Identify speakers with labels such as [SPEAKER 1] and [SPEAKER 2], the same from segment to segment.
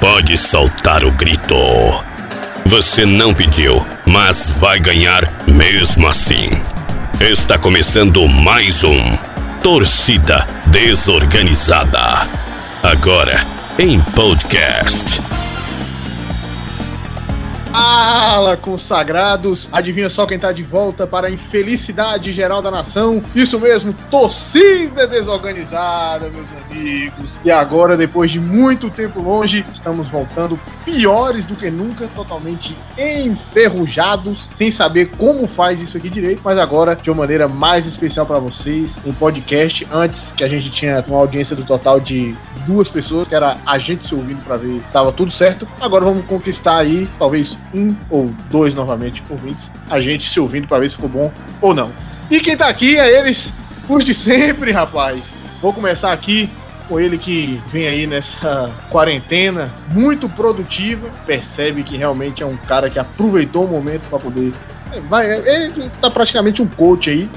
[SPEAKER 1] pode soltar o grito. Você não pediu, mas vai ganhar mesmo assim. Está começando mais um Torcida Desorganizada. Agora em podcast.
[SPEAKER 2] Fala, consagrados! Adivinha só quem tá de volta para a infelicidade geral da nação? Isso mesmo, torcida desorganizada, meus amigos! E agora, depois de muito tempo longe, estamos voltando piores do que nunca, totalmente enferrujados, sem saber como faz isso aqui direito, mas agora de uma maneira mais especial para vocês, um podcast. Antes que a gente tinha uma audiência do total de duas pessoas, que era a gente se ouvindo para ver se estava tudo certo. Agora vamos conquistar aí, talvez um ou dois novamente ouvintes, a gente se ouvindo para ver se ficou bom ou não. E quem tá aqui é eles, os de sempre, rapaz. Vou começar aqui com ele que vem aí nessa quarentena muito produtiva, percebe que realmente é um cara que aproveitou o momento para poder. é, Vai, é, ele tá praticamente um coach aí.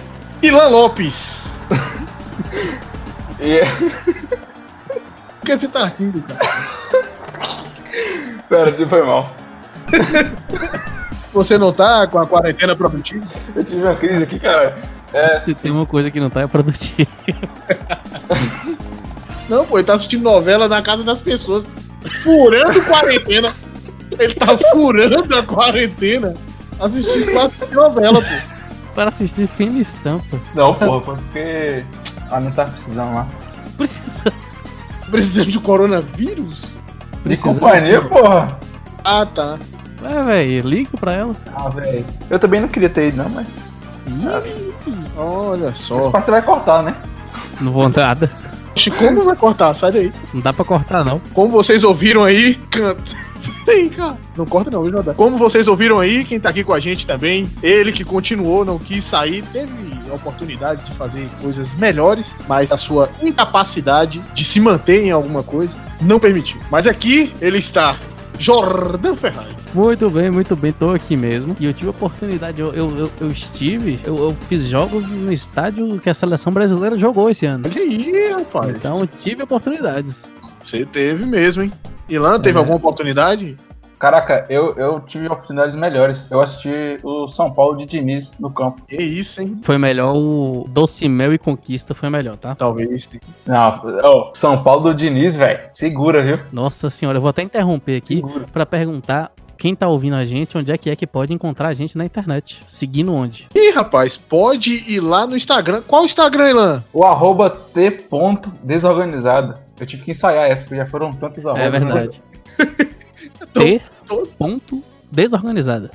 [SPEAKER 2] Ilan Lopes.
[SPEAKER 3] E,
[SPEAKER 2] Por que você tá rindo, cara?
[SPEAKER 3] pera, isso foi mal.
[SPEAKER 2] Você não tá com a quarentena produtiva?
[SPEAKER 3] Eu tive uma crise aqui, cara. É,
[SPEAKER 4] Se tem uma coisa que não tá é produtivo.
[SPEAKER 2] Não, pô, ele tá assistindo novela na casa das pessoas, furando quarentena. Ele tá furando a quarentena, assistindo quatro novela, pô.
[SPEAKER 4] Para assistir fina estampa.
[SPEAKER 3] não, porra, foi porque. Ah, não tá precisando lá.
[SPEAKER 4] Precisa.
[SPEAKER 2] Precisando de coronavírus?
[SPEAKER 3] De
[SPEAKER 4] Precisa.
[SPEAKER 3] companhia, porra.
[SPEAKER 2] Ah, tá.
[SPEAKER 4] É, velho. Liga pra ela.
[SPEAKER 3] Ah, velho. Eu também não queria ter ido, não, mas.
[SPEAKER 4] Ih,
[SPEAKER 2] Olha
[SPEAKER 3] Essa
[SPEAKER 2] só.
[SPEAKER 3] parte você vai cortar, né?
[SPEAKER 4] não vou nada.
[SPEAKER 2] Oxi, Como vai cortar? Sai daí.
[SPEAKER 4] Não dá pra cortar, não.
[SPEAKER 2] Como vocês ouviram aí, canta. Vem cá. Não corta não, viu, Jordão? Como vocês ouviram aí, quem tá aqui com a gente também, ele que continuou, não quis sair, teve a oportunidade de fazer coisas melhores, mas a sua incapacidade de se manter em alguma coisa não permitiu. Mas aqui ele está, Jordão Ferrari.
[SPEAKER 4] Muito bem, muito bem. Tô aqui mesmo. E eu tive a oportunidade. Eu, eu, eu- eu estive. Eu, eu fiz jogos no estádio que a seleção brasileira jogou esse ano.
[SPEAKER 2] Olha aí, rapaz.
[SPEAKER 4] Então tive oportunidades.
[SPEAKER 2] Você teve mesmo, hein? Ilan, teve
[SPEAKER 4] É.
[SPEAKER 2] alguma oportunidade?
[SPEAKER 3] Caraca, eu, eu tive oportunidades melhores. Eu assisti o São Paulo de Diniz no campo.
[SPEAKER 2] Que isso, hein?
[SPEAKER 4] Foi melhor o Doce Mel e Conquista. Foi melhor, tá?
[SPEAKER 2] Talvez.
[SPEAKER 3] Não, ó, São Paulo do Diniz, velho. Segura, viu?
[SPEAKER 4] Nossa senhora. Eu vou até interromper aqui
[SPEAKER 3] Segura.
[SPEAKER 4] pra perguntar. Quem tá ouvindo a gente, onde é que é que pode encontrar a gente na internet? Seguindo onde?
[SPEAKER 2] Ih, rapaz, pode ir lá no Instagram. Qual o Instagram, Ilan?
[SPEAKER 3] O arroba T ponto desorganizado. Eu tive que ensaiar essa, porque já foram tantos arrobas. né?
[SPEAKER 4] É verdade. T.
[SPEAKER 2] Tô-
[SPEAKER 4] Ponto desorganizada.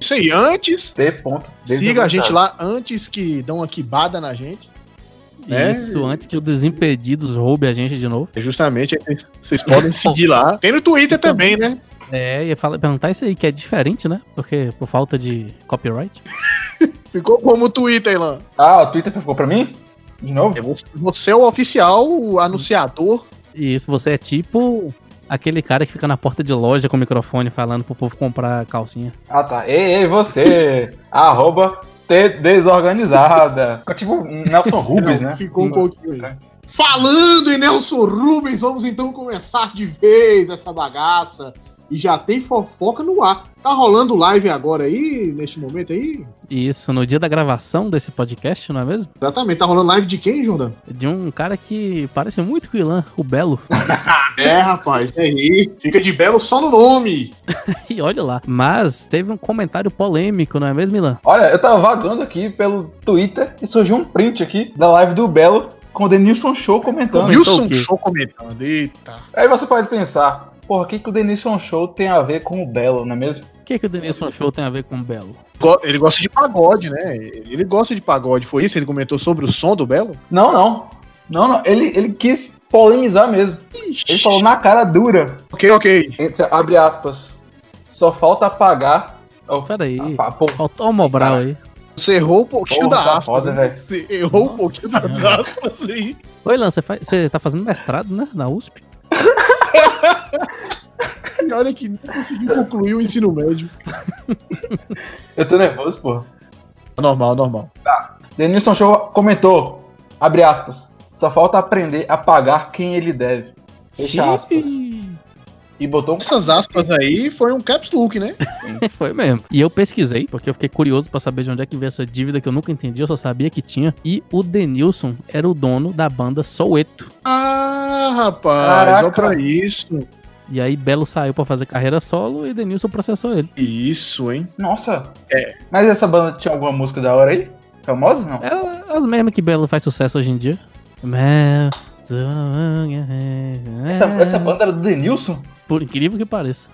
[SPEAKER 2] Isso aí, antes
[SPEAKER 3] T ponto
[SPEAKER 2] Siga a gente
[SPEAKER 3] desorganizado.
[SPEAKER 2] lá antes que dão uma quibada na gente. né?
[SPEAKER 4] É Isso, antes que o Desimpedidos roube a gente de novo.
[SPEAKER 2] É Justamente, aí vocês- vocês podem seguir lá. Tem no Twitter também, né?
[SPEAKER 4] É, e fala- perguntar isso aí, que é diferente, né? Porque por falta de copyright.
[SPEAKER 2] Ficou como o Twitter, Ilan.
[SPEAKER 3] Ah, o Twitter ficou pra mim? De novo?
[SPEAKER 2] É você, você é o oficial o anunciador.
[SPEAKER 4] E isso você é tipo aquele cara que fica na porta de loja com o microfone falando pro povo comprar calcinha.
[SPEAKER 3] Ah tá. Ei, ei, você! arroba T desorganizada. Ficou tipo um Nelson Rubens, né?
[SPEAKER 2] Ficou um
[SPEAKER 3] Sim.
[SPEAKER 2] pouquinho. aí. Falando em Nelson Rubens, vamos então começar de vez essa bagaça. E já tem fofoca no ar. Tá rolando live agora aí, neste momento aí?
[SPEAKER 4] Isso, no dia da gravação desse podcast, não é mesmo?
[SPEAKER 2] Exatamente. Tá rolando live de quem, Jordão?
[SPEAKER 4] De um cara que parece muito com o Ilan, o Belo.
[SPEAKER 2] É, rapaz. É aí. Fica de belo só no nome.
[SPEAKER 4] E olha lá. Mas teve um comentário polêmico, não é mesmo, Ilan?
[SPEAKER 3] Olha, eu tava vagando aqui pelo Twitter e surgiu um print aqui da live do Belo com o Denilson Show comentando.
[SPEAKER 4] Comentou
[SPEAKER 2] Wilson
[SPEAKER 4] Então, o quê?
[SPEAKER 2] Show comentando. Eita.
[SPEAKER 3] Aí você pode pensar, porra, o que, que o Denilson Show tem a ver com o Belo, não é mesmo?
[SPEAKER 4] O que, que o Denilson Show tem a ver com o Belo?
[SPEAKER 2] Go- Ele gosta de pagode, né? Ele gosta de pagode. Foi isso? Ele comentou sobre o som do Belo?
[SPEAKER 3] Não, não. Não, não. Ele, ele quis polemizar mesmo. Ele falou na cara dura,
[SPEAKER 2] Ok, ok.
[SPEAKER 3] entre abre aspas. Só falta apagar. Oh,
[SPEAKER 4] Peraí.
[SPEAKER 3] apa- pô,
[SPEAKER 4] Faltou o Mobral aí.
[SPEAKER 2] Você errou um pouquinho
[SPEAKER 3] Porra,
[SPEAKER 2] da
[SPEAKER 3] tá
[SPEAKER 2] aspas.
[SPEAKER 3] foda,
[SPEAKER 2] né?
[SPEAKER 3] velho.
[SPEAKER 2] Você errou um
[SPEAKER 4] Nossa,
[SPEAKER 2] pouquinho das
[SPEAKER 4] cara.
[SPEAKER 2] aspas aí.
[SPEAKER 4] Oi, Lan, você, faz- você tá fazendo mestrado, né? Na USP?
[SPEAKER 2] E olha que nem conseguiu concluir o ensino médio.
[SPEAKER 3] eu tô nervoso, porra.
[SPEAKER 2] Normal, normal.
[SPEAKER 3] Denilson Show comentou, abre aspas, só falta aprender a pagar quem ele deve. Fecha aspas.
[SPEAKER 4] Xiii.
[SPEAKER 3] e botou um
[SPEAKER 2] Essas aspas aí foi um caps look, né?
[SPEAKER 4] Foi mesmo. E eu pesquisei, porque eu fiquei curioso pra saber de onde é que veio essa dívida que eu nunca entendi, eu só sabia que tinha. E o Denilson era o dono da banda Soweto.
[SPEAKER 2] Ah, rapaz,
[SPEAKER 3] Caraca.
[SPEAKER 2] olha pra isso.
[SPEAKER 4] E aí Belo saiu pra fazer carreira solo e Denilson processou ele.
[SPEAKER 2] Isso, hein?
[SPEAKER 3] Nossa! É. Mas essa banda tinha alguma música da hora aí? Famosa não?
[SPEAKER 4] É as mesmas que Belo faz sucesso hoje em dia. Mel-
[SPEAKER 3] Essa, essa banda era do Denilson?
[SPEAKER 4] Por incrível que pareça.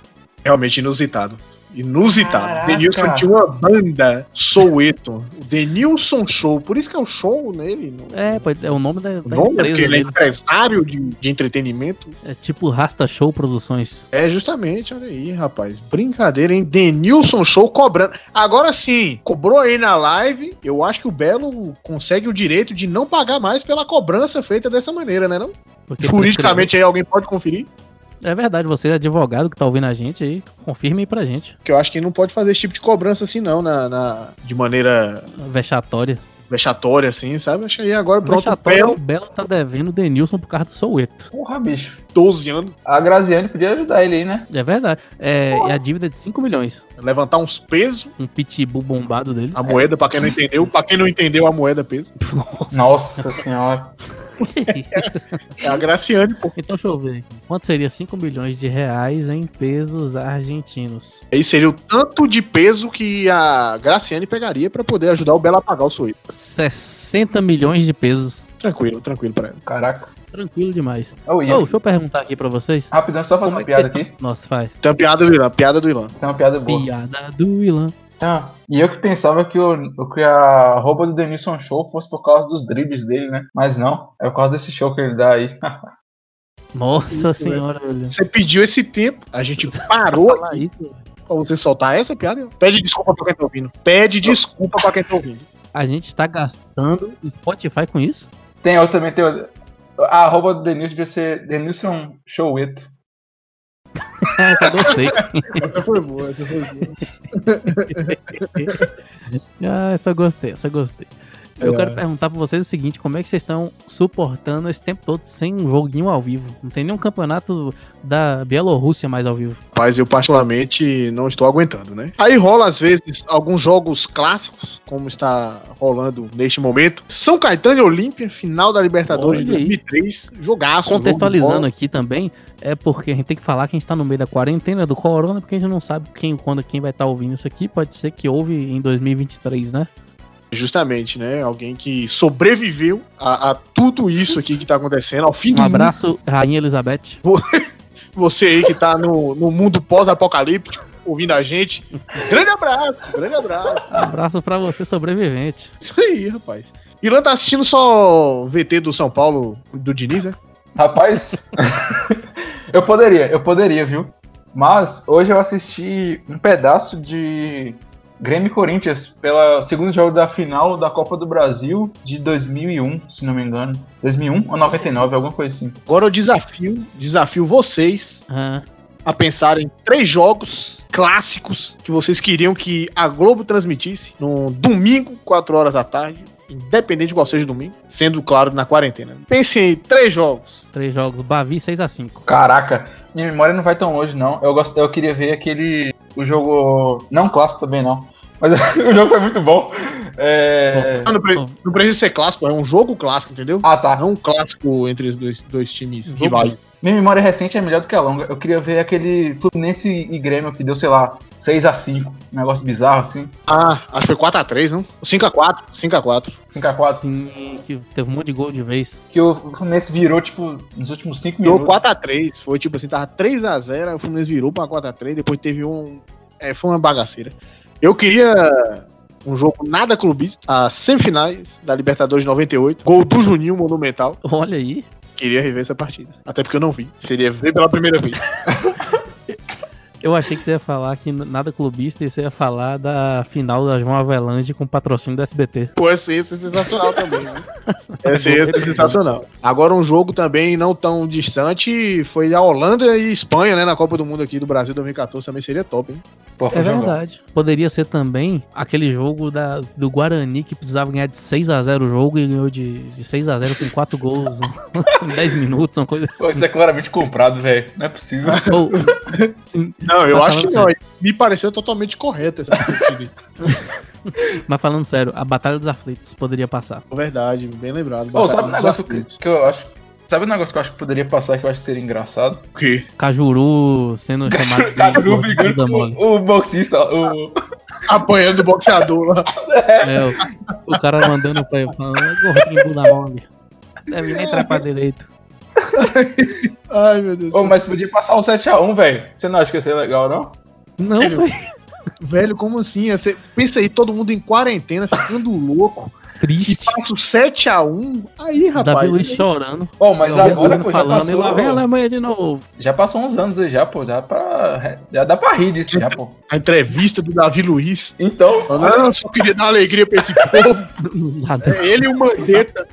[SPEAKER 2] Realmente inusitado. Inusitado.
[SPEAKER 3] Caraca.
[SPEAKER 2] Denilson tinha uma banda Soweto. O Denilson Show. Por isso que é o show nele. não-
[SPEAKER 4] É, pô, é o nome da,
[SPEAKER 2] O
[SPEAKER 4] da
[SPEAKER 2] nome, porque
[SPEAKER 4] empresa
[SPEAKER 2] ele é
[SPEAKER 4] dele.
[SPEAKER 2] empresário de, de entretenimento.
[SPEAKER 4] É tipo Rasta Show Produções.
[SPEAKER 2] É, justamente, olha aí, rapaz. Brincadeira, hein? Denilson Show cobrando. Agora sim, cobrou aí na live. Eu acho que o Belo consegue o direito de não pagar mais pela cobrança feita dessa maneira, né? Não?
[SPEAKER 4] Porque
[SPEAKER 2] Juridicamente aí alguém pode conferir.
[SPEAKER 4] prescreve- É verdade, você é advogado que tá ouvindo a gente aí, confirme aí pra gente.
[SPEAKER 2] Porque eu acho que não pode fazer esse tipo de cobrança assim, não, na, na- de maneira
[SPEAKER 4] Vexatória.
[SPEAKER 2] vexatória, assim, sabe? Acho que aí agora pronto, um o
[SPEAKER 4] Vexatória, o
[SPEAKER 2] Belo,
[SPEAKER 4] Belo tá devendo o Denilson por causa do Soueto.
[SPEAKER 3] Porra, bicho.
[SPEAKER 2] 12 anos,
[SPEAKER 3] A Graziane podia ajudar ele aí, né?
[SPEAKER 4] É verdade. É, e a dívida é de 5 milhões.
[SPEAKER 2] levantar uns pesos,
[SPEAKER 4] Um pitbull bombado dele.
[SPEAKER 3] Tá
[SPEAKER 2] a moeda, pra quem não entendeu, pra quem não entendeu, a moeda é peso.
[SPEAKER 4] Nossa.
[SPEAKER 3] Nossa senhora.
[SPEAKER 2] É a Graciane, pô.
[SPEAKER 4] então deixa eu ver. aqui. Quanto seria 5 milhões de reais em pesos argentinos?
[SPEAKER 2] Aí seria o tanto de peso que a Graciane pegaria pra poder ajudar o Belo a pagar o suíço.
[SPEAKER 4] 60 milhões de pesos.
[SPEAKER 2] Tranquilo, tranquilo pra ela.
[SPEAKER 3] Caraca.
[SPEAKER 4] Tranquilo demais.
[SPEAKER 3] Oh,
[SPEAKER 4] Ô,
[SPEAKER 3] e
[SPEAKER 4] deixa eu perguntar aqui pra vocês.
[SPEAKER 3] Rapidão, só fazer Ah,
[SPEAKER 4] Como
[SPEAKER 3] uma
[SPEAKER 4] é que tá?
[SPEAKER 3] piada
[SPEAKER 4] vocês
[SPEAKER 3] aqui.
[SPEAKER 4] tão- Nossa, faz.
[SPEAKER 2] Tem uma piada do Ilan, piada do Ilan.
[SPEAKER 3] Tem uma piada boa.
[SPEAKER 4] Piada do Ilan.
[SPEAKER 3] Tá. E eu que pensava que, o, que a roupa do Denilson Show fosse por causa dos dribles dele, né? Mas não, é por causa desse show que ele dá aí.
[SPEAKER 4] Nossa senhora, Ilan.
[SPEAKER 2] Você pediu esse tempo, a gente parou
[SPEAKER 4] Fala
[SPEAKER 2] aqui
[SPEAKER 4] aí.
[SPEAKER 2] pra você soltar essa piada. Ilan. Pede desculpa pra quem tá ouvindo. Pede desculpa pra quem tá ouvindo.
[SPEAKER 4] A gente tá gastando em Spotify com isso?
[SPEAKER 3] Tem outra também, tem outra. A roupa do Denilson devia ser Denilson Showeto.
[SPEAKER 2] É,
[SPEAKER 4] Essa eu gostei.
[SPEAKER 2] Essa foi boa, essa foi boa.
[SPEAKER 4] Ah, essa eu gostei, essa eu gostei. Eu
[SPEAKER 2] É.
[SPEAKER 4] quero perguntar pra vocês o seguinte: como é que vocês estão suportando esse tempo todo sem um joguinho ao vivo? Não tem nenhum campeonato da Bielorrússia mais ao vivo.
[SPEAKER 2] Mas eu particularmente não estou aguentando, né? Aí rola às vezes alguns jogos clássicos, como está rolando neste momento. São Caetano e Olímpia, final da Libertadores de
[SPEAKER 4] Olha aí.
[SPEAKER 2] 2003, jogaço.
[SPEAKER 4] Contextualizando
[SPEAKER 2] jogo
[SPEAKER 4] aqui também, é porque a gente tem que falar que a gente tá no meio da quarentena do corona, porque a gente não sabe quem, quando quem vai estar ouvindo isso aqui. Pode ser que houve em 2023, né?
[SPEAKER 2] de bola. Justamente, né? Alguém que sobreviveu a, a tudo isso aqui que tá acontecendo. Ao fim
[SPEAKER 4] Um
[SPEAKER 2] do mundo,
[SPEAKER 4] abraço, Rainha Elizabeth.
[SPEAKER 2] você aí que tá no, no mundo pós-apocalíptico ouvindo a gente. Grande abraço, grande abraço.
[SPEAKER 4] Um abraço pra você, sobrevivente.
[SPEAKER 2] Isso aí, rapaz. Ilan tá assistindo só o VT do São Paulo, do Diniz, né?
[SPEAKER 3] Rapaz, eu poderia, eu poderia, viu? Mas hoje eu assisti um pedaço de Grêmio e Corinthians pela segundo jogo da final da Copa do Brasil de 2001, se não me engano. 2001 ou 99, alguma coisa assim.
[SPEAKER 2] Agora eu desafio, desafio vocês
[SPEAKER 4] Ah,
[SPEAKER 2] a pensar em três jogos clássicos que vocês queriam que a Globo transmitisse no domingo, 4 horas da tarde, independente de qual seja o domingo, sendo claro na quarentena. Pensem em três jogos.
[SPEAKER 4] três jogos, Bavi 6x5.
[SPEAKER 3] Caraca, minha memória não vai tão longe não. Eu gosto, eu queria ver aquele o jogo não clássico também não, mas o jogo foi muito bom. É...
[SPEAKER 2] Ah, não, pre- não precisa ser clássico, é um jogo clássico, entendeu?
[SPEAKER 3] Ah tá,
[SPEAKER 2] Não um clássico entre os dois, dois times
[SPEAKER 4] Jogo.
[SPEAKER 2] rivais.
[SPEAKER 3] Minha memória recente é melhor do que a longa. Eu queria ver aquele Fluminense e Grêmio que deu, sei lá, 6x5. Um negócio bizarro assim.
[SPEAKER 2] Ah, acho que foi 4x3, não? 5x4, 5x4.
[SPEAKER 3] 5x4.
[SPEAKER 4] Assim, que teve um monte de gol de vez.
[SPEAKER 3] Que o Fluminense virou, tipo, nos últimos 5
[SPEAKER 2] Virou
[SPEAKER 3] minutos.
[SPEAKER 2] 4x3, foi tipo assim, tava 3x0, aí o Fluminense virou pra 4x3, depois teve um. é, foi uma bagaceira. Eu queria um jogo nada clubista, as semifinais da Libertadores de 98, gol do Juninho Monumental.
[SPEAKER 4] Olha aí.
[SPEAKER 2] Queria rever essa partida. Até porque eu não vi. Seria ver pela primeira vez.
[SPEAKER 4] Eu achei que você ia falar que nada clubista e você ia falar da final da João Avelange com patrocínio da SBT.
[SPEAKER 2] Pô, essa ia ser sensacional também, né?
[SPEAKER 3] É,
[SPEAKER 2] Essa ia ser sensacional. Agora, um jogo também não tão distante foi a Holanda e Espanha, né? Na Copa do Mundo aqui do Brasil 2014 também seria top, hein?
[SPEAKER 3] Pô, foi
[SPEAKER 4] É
[SPEAKER 3] jogão.
[SPEAKER 4] verdade. Poderia ser também aquele jogo da, do Guarani que precisava ganhar de 6x0 o jogo e ganhou de, de 6x0 com 4 gols em 10 minutos, uma coisa
[SPEAKER 3] Pô,
[SPEAKER 4] assim.
[SPEAKER 3] isso é claramente comprado, velho. Não é possível.
[SPEAKER 2] Ah,
[SPEAKER 4] Ou- sim.
[SPEAKER 2] Não, eu
[SPEAKER 4] Tá
[SPEAKER 2] acho que não.
[SPEAKER 4] falando
[SPEAKER 2] Me pareceu totalmente correta essa partida.
[SPEAKER 4] Mas falando sério, a Batalha dos Aflitos poderia passar.
[SPEAKER 2] Verdade, bem lembrado.
[SPEAKER 3] Pô,
[SPEAKER 2] Batalha
[SPEAKER 3] sabe um
[SPEAKER 2] dos
[SPEAKER 3] negócio que,
[SPEAKER 2] Aflitos.
[SPEAKER 3] que eu acho. Sabe um negócio que eu acho que poderia passar que eu acho que seria engraçado?
[SPEAKER 2] O quê?
[SPEAKER 4] Cajuru sendo chamado de
[SPEAKER 3] Cajuru brigando
[SPEAKER 4] bunda mole.
[SPEAKER 3] com o boxista, o.
[SPEAKER 2] Apanhando o boxeador lá.
[SPEAKER 4] É, o, o cara mandando pra ele, falando, "É gordinho bunda mole. Deve É, nem trapar direito.
[SPEAKER 2] Ai, meu Deus. do
[SPEAKER 3] Ô,
[SPEAKER 2] céu.
[SPEAKER 3] mas podia passar um 7x1, velho. Você não acha que ia ser legal, não?
[SPEAKER 4] Não,
[SPEAKER 2] Sério?
[SPEAKER 4] foi
[SPEAKER 2] Velho, como assim? Você pensa aí, todo mundo em quarentena, ficando louco. E
[SPEAKER 4] triste.
[SPEAKER 2] passa o 7x1. Aí,
[SPEAKER 4] Davi
[SPEAKER 2] rapaz.
[SPEAKER 4] Luiz chorando.
[SPEAKER 3] Ô, mas
[SPEAKER 4] Não,
[SPEAKER 3] agora,
[SPEAKER 4] Bruno
[SPEAKER 3] pô, já
[SPEAKER 4] falando, e lá vem a
[SPEAKER 3] passou.
[SPEAKER 4] Alemanha de novo.
[SPEAKER 3] Já passou uns anos aí, já, pô. Já, pra, já dá pra rir disso, já, pô.
[SPEAKER 2] A entrevista do Davi Luiz.
[SPEAKER 3] Então.
[SPEAKER 2] Falando, "Ah, só queria dar alegria pra esse povo.
[SPEAKER 4] Nada.
[SPEAKER 2] É ele e o Mandetta.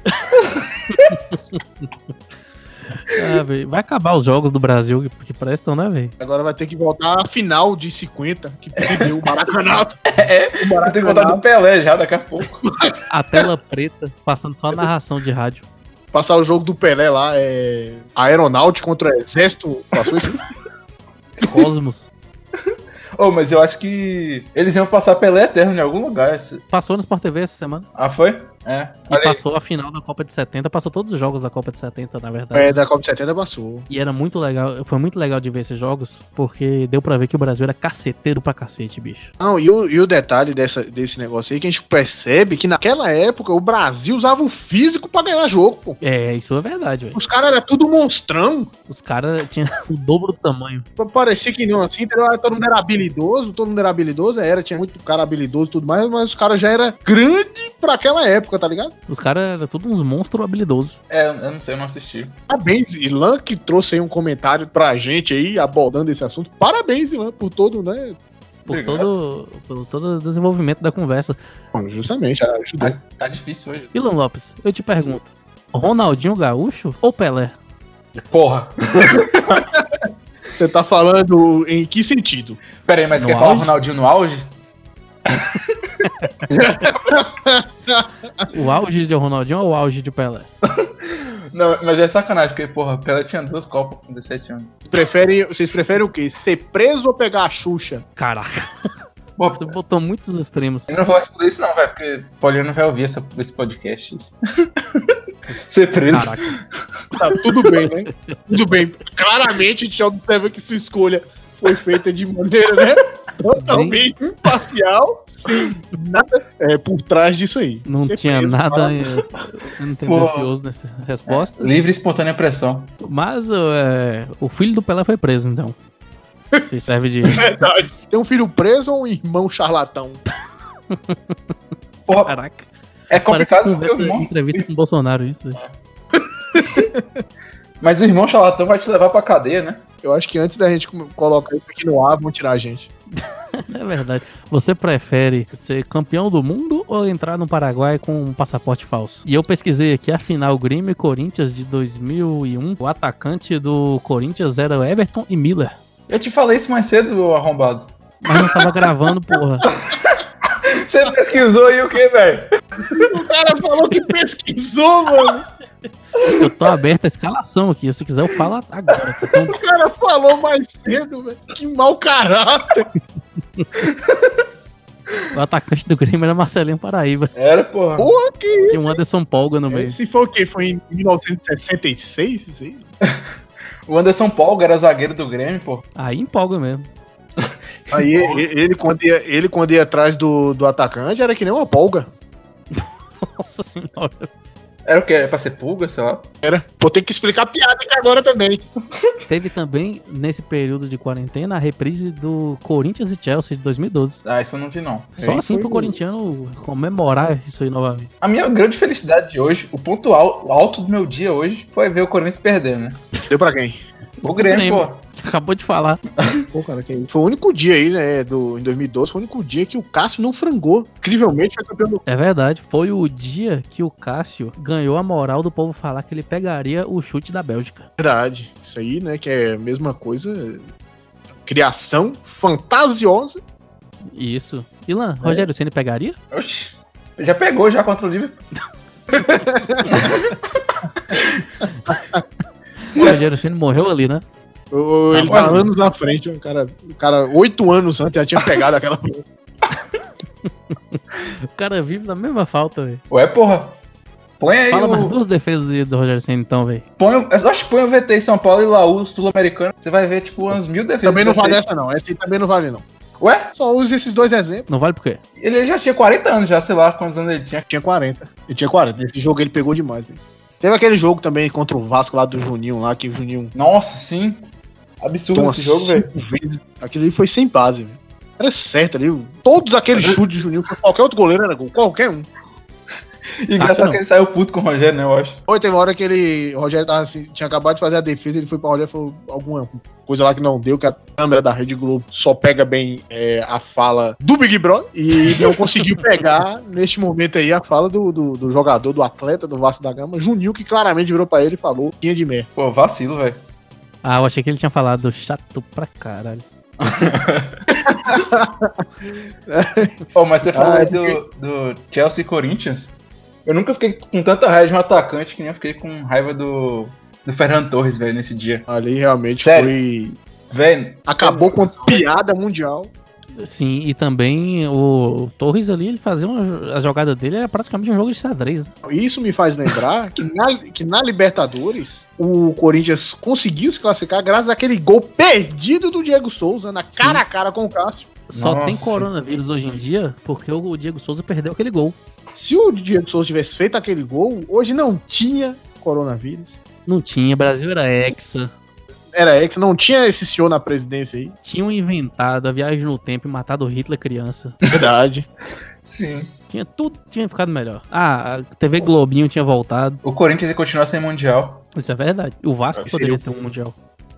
[SPEAKER 4] Ah, velho, vai acabar os jogos do Brasil, que- que prestam, né, velho?
[SPEAKER 2] Agora vai ter que voltar à final de 50, que perdeu o Maracanato.
[SPEAKER 3] Eu tenho que botar do Pelé já daqui a pouco.
[SPEAKER 4] A tela preta, passando só a narração de rádio.
[SPEAKER 2] Passar o jogo do Pelé lá, é. Aeronáutico contra Exército. Passou isso?
[SPEAKER 4] Cosmos.
[SPEAKER 3] Ô, mas eu acho que eles iam passar Pelé eterno em algum lugar. esse-
[SPEAKER 4] Passou no Sport TV essa semana.
[SPEAKER 3] Ah, foi? É.
[SPEAKER 4] E
[SPEAKER 3] Olha aí.
[SPEAKER 4] passou a final da Copa de 70. Passou todos os jogos da Copa de 70, na verdade.
[SPEAKER 2] É, da Copa 70 passou.
[SPEAKER 4] E era muito legal. Foi muito legal de ver esses jogos, porque deu pra ver que o Brasil era caceteiro pra cacete, bicho.
[SPEAKER 2] Não, e o, e o detalhe dessa, desse negócio aí que a gente percebe que naquela época o Brasil usava o físico pra ganhar jogo, pô.
[SPEAKER 4] É, isso é verdade, velho.
[SPEAKER 2] Os caras eram tudo monstrão.
[SPEAKER 4] Os caras tinham o dobro do tamanho.
[SPEAKER 2] Parecia que não, assim, entendeu? Todo mundo era habilidoso, todo mundo era habilidoso, era, tinha muito cara habilidoso e tudo mais, mas os caras já era grande pra aquela época, tá ligado?
[SPEAKER 4] Os caras eram todos uns monstros habilidosos.
[SPEAKER 3] É, eu não sei, eu não assisti.
[SPEAKER 2] Parabéns, Ilan, que trouxe aí um comentário pra gente aí, abordando esse assunto. Parabéns, Ilan, por todo, né?
[SPEAKER 4] Por
[SPEAKER 3] Obrigado.
[SPEAKER 4] todo, por todo o desenvolvimento da conversa.
[SPEAKER 2] Bom, Justamente, ajudou.
[SPEAKER 3] Tá difícil hoje.
[SPEAKER 4] Ilan Lopes, eu te pergunto: Ronaldinho Gaúcho ou Pelé?
[SPEAKER 3] Porra.
[SPEAKER 2] Você tá falando em que sentido?
[SPEAKER 3] Pera aí, mas
[SPEAKER 4] No
[SPEAKER 3] quer falar
[SPEAKER 4] auge?
[SPEAKER 3] Ronaldinho no auge?
[SPEAKER 4] O auge de Ronaldinho ou o auge de Pelé?
[SPEAKER 3] Não, mas é sacanagem, porque, porra, o Pelé tinha duas copas com 17 anos.
[SPEAKER 2] Preferem, vocês preferem o quê? Ser preso ou pegar a Xuxa?
[SPEAKER 4] Caraca,
[SPEAKER 3] Porra,
[SPEAKER 4] você botou muitos extremos.
[SPEAKER 3] eu não vou responder isso não, velho, porque Paulinho não vai ouvir essa- esse podcast. Ser preso.
[SPEAKER 4] Caraca.
[SPEAKER 2] Tá tudo bem, né? Tudo bem. Claramente a gente observa que sua escolha foi feita de maneira, né? Totalmente imparcial, sem nada é, por trás disso aí.
[SPEAKER 4] Não
[SPEAKER 2] Ser
[SPEAKER 4] tinha
[SPEAKER 2] preso,
[SPEAKER 4] nada.
[SPEAKER 2] parabéns.
[SPEAKER 4] eh, Você não tem
[SPEAKER 3] Pô. É,
[SPEAKER 4] delicioso nessa resposta.
[SPEAKER 3] Livre e espontânea pressão.
[SPEAKER 4] Mas eh, o filho do Pelé foi preso, então. Se serve de.
[SPEAKER 2] Verdade. Tem um filho preso ou um irmão charlatão?
[SPEAKER 3] Porra,
[SPEAKER 4] Caraca.
[SPEAKER 3] é
[SPEAKER 4] Parece
[SPEAKER 3] complicado porque
[SPEAKER 4] conversa,
[SPEAKER 3] o irmão...
[SPEAKER 4] entrevista com o Bolsonaro, isso. né?
[SPEAKER 3] Mas o irmão charlatão vai te levar pra cadeia, né?
[SPEAKER 2] Eu acho que antes da gente com- colocar isso aqui no ar, vão tirar a gente.
[SPEAKER 4] É verdade. Você prefere ser campeão do mundo ou entrar no Paraguai com um passaporte falso? E eu pesquisei aqui a final Grêmio e Corinthians de 2001. O atacante do Corinthians era o Everton e Miller.
[SPEAKER 3] Eu te falei isso mais cedo, ô arrombado.
[SPEAKER 4] Mas não tava gravando, porra.
[SPEAKER 3] Você pesquisou aí o que, velho?
[SPEAKER 2] O cara falou que pesquisou, mano.
[SPEAKER 4] Eu tô aberto a escalação aqui. Se quiser, eu falo agora. Então,
[SPEAKER 2] O cara falou mais cedo, velho. Que mau caráter.
[SPEAKER 4] o atacante do Grêmio era Marcelinho Paraíba.
[SPEAKER 3] Era, porra.
[SPEAKER 2] Porra, que
[SPEAKER 4] Tinha o Anderson Polga no meio.
[SPEAKER 2] Se foi o quê? Foi em 1966, isso aí?
[SPEAKER 3] O Anderson Polga era zagueiro do Grêmio, pô.
[SPEAKER 4] Aí empolga mesmo.
[SPEAKER 2] Aí ele, ele quando ia, ele, quando ia atrás do, do atacante, era que nem uma polga.
[SPEAKER 4] Nossa senhora.
[SPEAKER 3] Era o quê? Era pra ser pulga, sei lá.
[SPEAKER 2] Era. Vou ter que explicar a piada aqui agora também.
[SPEAKER 4] Teve também, nesse período de quarentena, a reprise do Corinthians e Chelsea de 2012.
[SPEAKER 3] Ah, isso eu não vi, não.
[SPEAKER 4] Só
[SPEAKER 3] Aí
[SPEAKER 4] assim
[SPEAKER 3] foi-
[SPEAKER 4] pro corintiano comemorar isso aí novamente.
[SPEAKER 3] A minha grande felicidade de hoje, o ponto al- alto do meu dia hoje, foi ver o Corinthians perdendo, né?
[SPEAKER 2] Deu pra quem?
[SPEAKER 3] O Grêmio,
[SPEAKER 4] Grêmio.
[SPEAKER 3] pô.
[SPEAKER 4] Acabou de falar.
[SPEAKER 2] Pô, cara, quem? Foi o único dia aí, né? Do, em 2012, foi o único dia que o Cássio não frangou. Incrivelmente foi campeão do.
[SPEAKER 4] É verdade. Foi o dia que o Cássio ganhou a moral do povo falar que ele pegaria o chute da Bélgica.
[SPEAKER 2] Verdade. Isso aí, né? Que é a mesma coisa. criação fantasiosa.
[SPEAKER 4] Isso. Ilan, Rogério Ceni pegaria?
[SPEAKER 3] Oxi. Já pegou já contra o Liverpool.
[SPEAKER 4] O Rogério Ceni morreu ali, né?
[SPEAKER 2] Ô, Ele tá
[SPEAKER 3] Agora-
[SPEAKER 2] anos na frente, o cara, o cara oito anos antes já tinha pegado aquela.
[SPEAKER 4] O cara vive na mesma falta, velho.
[SPEAKER 3] Ué, porra. Põe aí
[SPEAKER 4] Fala mais um.
[SPEAKER 3] o.
[SPEAKER 4] duas defesas de- do Rogério Ceni então, velho.
[SPEAKER 3] Põe, o- eu acho que põe o VT em São Paulo e Laú, Sul-Americano. Você vai ver, tipo, umas mil defesas.
[SPEAKER 2] Também não
[SPEAKER 3] dessa
[SPEAKER 2] vale
[SPEAKER 3] aí.
[SPEAKER 2] essa, não. Essa aí também não vale, não.
[SPEAKER 3] Ué?
[SPEAKER 2] Só use esses dois exemplos.
[SPEAKER 4] Não vale por quê?
[SPEAKER 3] Ele já tinha 40 anos, já, sei lá quantos anos ele tinha.
[SPEAKER 2] Tinha 40. Ele tinha 40. Esse jogo ele pegou demais, velho. Teve aquele jogo também contra o Vasco lá do Juninho, lá que o Juninho
[SPEAKER 3] Nossa, sim. Absurdo
[SPEAKER 2] toma
[SPEAKER 3] esse jogo, velho.
[SPEAKER 2] cinco vezes. Aquilo ali foi sem base, velho. Era certo ali. Todos aqueles chutes de Juninho, pra qualquer outro goleiro era gol, qualquer um.
[SPEAKER 3] E
[SPEAKER 4] Passa
[SPEAKER 3] engraçado
[SPEAKER 4] não.
[SPEAKER 3] que ele saiu puto com o Rogério, né, eu acho.
[SPEAKER 2] Foi, teve uma hora que ele. O Rogério tava assim, tinha acabado de fazer a defesa, ele foi pra Rogério e falou alguma coisa lá que não deu, que a câmera da Rede Globo só pega bem é, a fala do Big Brother e não conseguiu pegar neste momento aí a fala do, do, do jogador, do atleta do Vasco da Gama, Juninho, que claramente virou pra ele e falou: tinha de merda.
[SPEAKER 3] Pô, vacilo, velho.
[SPEAKER 4] Ah, eu achei que ele tinha falado chato pra caralho.
[SPEAKER 3] Ô, mas você falou
[SPEAKER 2] Ah,
[SPEAKER 3] aí do, do Chelsea e Corinthians. Eu nunca fiquei com tanta raiva de um atacante que nem eu fiquei com raiva do, do Fernando Torres, velho, nesse dia.
[SPEAKER 2] Ali realmente
[SPEAKER 3] Sério?
[SPEAKER 2] foi.
[SPEAKER 3] Velho,
[SPEAKER 2] Acabou com a piada mundial.
[SPEAKER 4] Sim, e também o Torres ali, ele fazia uma, a jogada dele era praticamente um jogo de xadrez. né?
[SPEAKER 2] Isso me faz lembrar que na, que na Libertadores o Corinthians conseguiu se classificar graças àquele gol perdido do Diego Souza na
[SPEAKER 4] Sim.
[SPEAKER 2] cara a cara com o Cássio.
[SPEAKER 4] Só
[SPEAKER 3] Nossa.
[SPEAKER 4] tem coronavírus hoje em dia porque o Diego Souza perdeu aquele gol.
[SPEAKER 2] Se o Diego Souza tivesse feito aquele gol, hoje não tinha coronavírus.
[SPEAKER 4] Não tinha, Brasil era hexa.
[SPEAKER 2] Era ex, não tinha esse senhor na presidência aí.
[SPEAKER 4] Tinham inventado a viagem no tempo e matado o Hitler criança.
[SPEAKER 2] Verdade.
[SPEAKER 3] sim.
[SPEAKER 4] Tinha tudo, tinha ficado melhor. Ah, a TV Globinho tinha voltado.
[SPEAKER 3] O Corinthians ia continuar sem Mundial.
[SPEAKER 4] Isso é verdade. O Vasco
[SPEAKER 2] Ah, Esse
[SPEAKER 4] poderia
[SPEAKER 2] eu-
[SPEAKER 4] ter um mundial.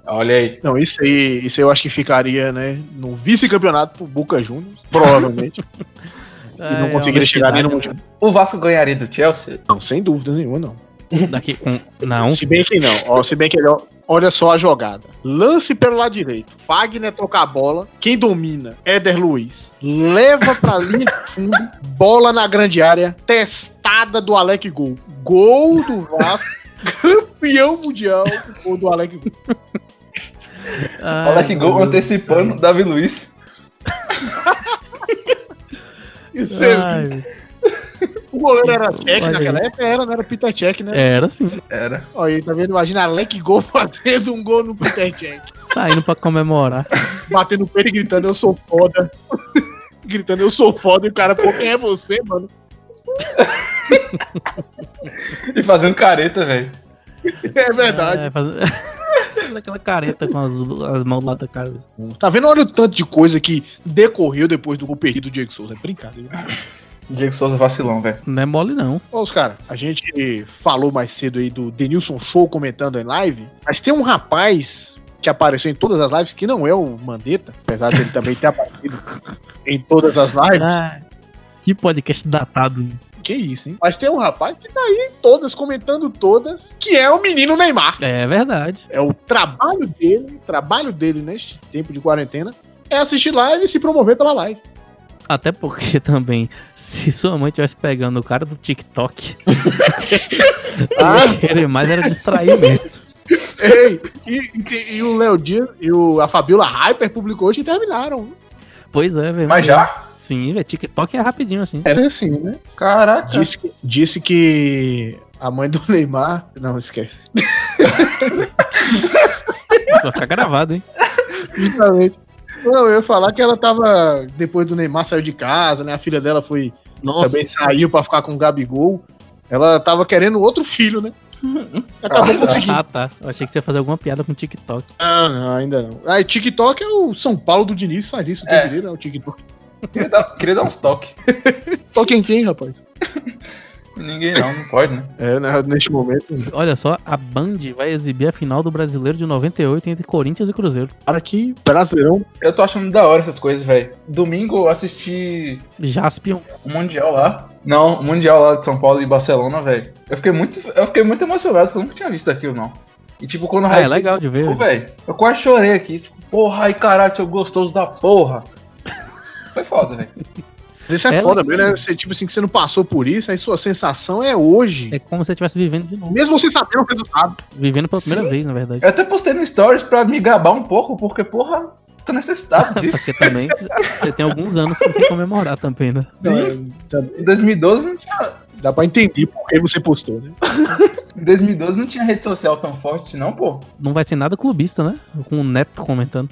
[SPEAKER 3] Olha aí.
[SPEAKER 2] Não, isso aí, isso aí eu acho que ficaria, né, no vice-campeonato pro Boca Juniors, provavelmente. e
[SPEAKER 4] É,
[SPEAKER 2] não conseguiria chegar nem no
[SPEAKER 4] Ah, né?
[SPEAKER 2] Mundial.
[SPEAKER 3] O Vasco ganharia do Chelsea?
[SPEAKER 2] Não, sem dúvida nenhuma, não.
[SPEAKER 4] Daqui com não.
[SPEAKER 2] Se bem que não. Ó, se bem que ele, ó, olha só a jogada. Lance pelo lado direito. Fagner toca a bola. Quem domina? Éder Luiz. Leva pra linha de fundo. Bola na grande área. Testada do Alec Gol. Gol do Vasco. campeão mundial. Gol do Alec Gol.
[SPEAKER 4] Ai,
[SPEAKER 3] Olha que gol
[SPEAKER 4] meu Deus.
[SPEAKER 3] antecipando Davi Luiz.
[SPEAKER 2] Isso é-
[SPEAKER 4] Ai,
[SPEAKER 2] o goleiro era Tchek
[SPEAKER 4] Ah, Olha aí.
[SPEAKER 2] naquela época. Era, não era Peter Tchek, né?
[SPEAKER 4] era assim.
[SPEAKER 3] Era.
[SPEAKER 2] Olha aí, tá vendo? Imagina Alec Gol fazendo um gol no Peter Tchek.
[SPEAKER 4] Saindo pra comemorar.
[SPEAKER 2] batendo o peito e gritando, eu sou foda. gritando, eu sou foda, e o cara, pô, quem é você, mano?
[SPEAKER 3] E fazendo careta, velho.
[SPEAKER 2] É verdade.
[SPEAKER 4] É, faz- faz aquela careta com as, as mãos lá da cara.
[SPEAKER 2] Tá vendo? Olha o tanto de coisa que decorreu depois do gol perdido do Diego Souza. É brincadeira.
[SPEAKER 3] Diego Souza vacilão, velho.
[SPEAKER 4] Não é mole, não.
[SPEAKER 2] Ó, os caras, a gente falou mais cedo aí do Denilson Show comentando em live, mas tem um rapaz que apareceu em todas as lives, que não é o Mandetta, apesar dele também ter aparecido em todas as lives.
[SPEAKER 4] Ah, que podcast datado.
[SPEAKER 2] Que isso, hein? Mas tem um rapaz que tá aí em todas, comentando todas, que é o menino Neymar.
[SPEAKER 4] É verdade.
[SPEAKER 2] É o trabalho dele, trabalho dele neste tempo de quarentena, é assistir live e se promover pela live.
[SPEAKER 4] Até porque também, se sua mãe estivesse pegando o cara do TikTok, você ia querer mais era distrair mesmo.
[SPEAKER 2] Ei, e, e te- e o Léo Dias e o, a Fabiola Hyper publicou hoje e terminaram.
[SPEAKER 4] Pois é, velho.
[SPEAKER 3] Mas já?
[SPEAKER 4] Sim, velho. TikTok é rapidinho assim.
[SPEAKER 2] Era assim, né?
[SPEAKER 3] Caraca.
[SPEAKER 2] Disse que, disse que a mãe do Neymar. Não, esquece.
[SPEAKER 4] Isso vai ficar gravado, hein?
[SPEAKER 2] Justamente. Não, eu ia falar que ela tava. Depois do Neymar saiu de casa, né? A filha dela foi.
[SPEAKER 4] Nossa.
[SPEAKER 2] Também saiu pra ficar com o Gabigol. Ela tava querendo outro filho, né? Acabou conseguindo.
[SPEAKER 4] Ah, tá. Eu achei que você ia fazer alguma piada com TikTok.
[SPEAKER 2] Não, Ah, não, ainda não. Aí, TikTok é o São Paulo do Diniz, faz isso o tempo
[SPEAKER 3] É.
[SPEAKER 2] inteiro, né? O TikTok.
[SPEAKER 3] Queria dar, queria dar uns toques.
[SPEAKER 2] Tô quem quem, rapaz?
[SPEAKER 3] Ninguém não, não pode, né?
[SPEAKER 2] É, né, neste momento.
[SPEAKER 4] Olha só, a Band vai exibir a final do Brasileiro de 98 entre Corinthians e Cruzeiro.
[SPEAKER 2] Para que Brasileirão.
[SPEAKER 3] Eu tô achando da hora essas coisas, velho. Domingo eu assisti
[SPEAKER 4] Jaspion.
[SPEAKER 3] o Mundial lá. Não, o Mundial lá de São Paulo e Barcelona, velho. Eu fiquei muito. Eu fiquei muito emocionado, porque eu nunca tinha visto aquilo, não. E tipo, quando o
[SPEAKER 4] Ah, é
[SPEAKER 3] Raí
[SPEAKER 4] legal de ver.
[SPEAKER 3] Pô, velho, eu quase chorei aqui. Tipo, porra, ai caralho, seu gostoso da porra. Foi foda, velho.
[SPEAKER 2] Isso é,
[SPEAKER 4] É,
[SPEAKER 2] foda
[SPEAKER 4] né?
[SPEAKER 2] mesmo, né? Você, tipo assim, que você não passou por isso, aí sua sensação é hoje.
[SPEAKER 4] É como se você estivesse vivendo de novo.
[SPEAKER 2] Mesmo sem saber o resultado.
[SPEAKER 4] Vivendo pela primeira
[SPEAKER 3] Sim.
[SPEAKER 4] vez, na verdade.
[SPEAKER 3] Eu até postei no Stories pra me gabar um pouco, porque, porra, tô necessitado disso.
[SPEAKER 4] Porque também você tem alguns anos sem se comemorar também, né?
[SPEAKER 3] Sim. Em 2012 não tinha.
[SPEAKER 2] Dá pra entender por que você postou, né?
[SPEAKER 3] Em 2012 não tinha rede social tão forte, não, pô.
[SPEAKER 4] Não vai ser nada clubista, né? Com o Neto comentando.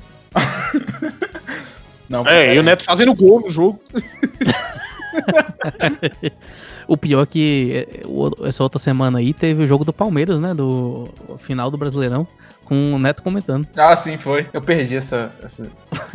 [SPEAKER 3] Não,
[SPEAKER 2] É, e o Neto fazendo gol no jogo.
[SPEAKER 4] O pior é que é, o- essa outra semana aí teve o jogo do Palmeiras, né? Do final do Brasileirão, com o Neto comentando.
[SPEAKER 3] Ah, sim, foi. Eu perdi essa. essa...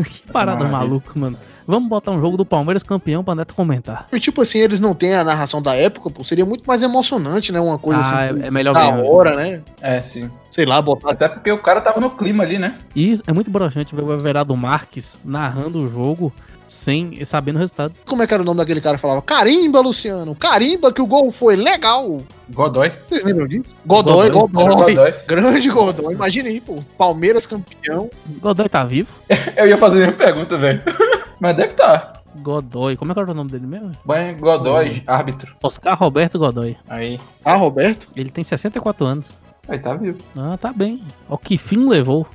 [SPEAKER 4] Que parada
[SPEAKER 3] maravilha.
[SPEAKER 4] maluca, mano. Vamos botar um jogo do Palmeiras campeão pra Neto comentar.
[SPEAKER 2] E, tipo assim, eles não têm a narração da época, pô. Seria muito mais emocionante, né? Uma coisa
[SPEAKER 4] ah,
[SPEAKER 2] assim.
[SPEAKER 4] é, é melhor
[SPEAKER 2] da
[SPEAKER 4] mesmo.
[SPEAKER 2] hora, né?
[SPEAKER 3] É, sim.
[SPEAKER 2] Sei lá, botar.
[SPEAKER 3] Até porque o cara tava no clima ali, né?
[SPEAKER 4] E isso é muito broxante ver o Everardo Marques narrando o jogo sem sabendo o resultado.
[SPEAKER 2] Como é que era o nome daquele cara que falava? Carimba, Luciano. Carimba que o gol foi legal.
[SPEAKER 3] Godoy.
[SPEAKER 2] Vocês lembram disso? Godoy,
[SPEAKER 4] Godoy.
[SPEAKER 2] Godoy.
[SPEAKER 3] Godoy.
[SPEAKER 2] Grande Godoy. Imagina aí, pô. Palmeiras campeão.
[SPEAKER 4] Godoy tá vivo?
[SPEAKER 3] Eu ia fazer a mesma pergunta, velho. Mas deve tá.
[SPEAKER 4] Godoy. Como é que era o nome dele mesmo?
[SPEAKER 3] Banho Godoy, árbitro.
[SPEAKER 4] Oscar Roberto Godoy.
[SPEAKER 3] Aí.
[SPEAKER 2] Ah, Roberto.
[SPEAKER 4] Ele tem 64 anos.
[SPEAKER 3] Aí tá vivo.
[SPEAKER 4] Ah, tá bem. Ó, que fim levou.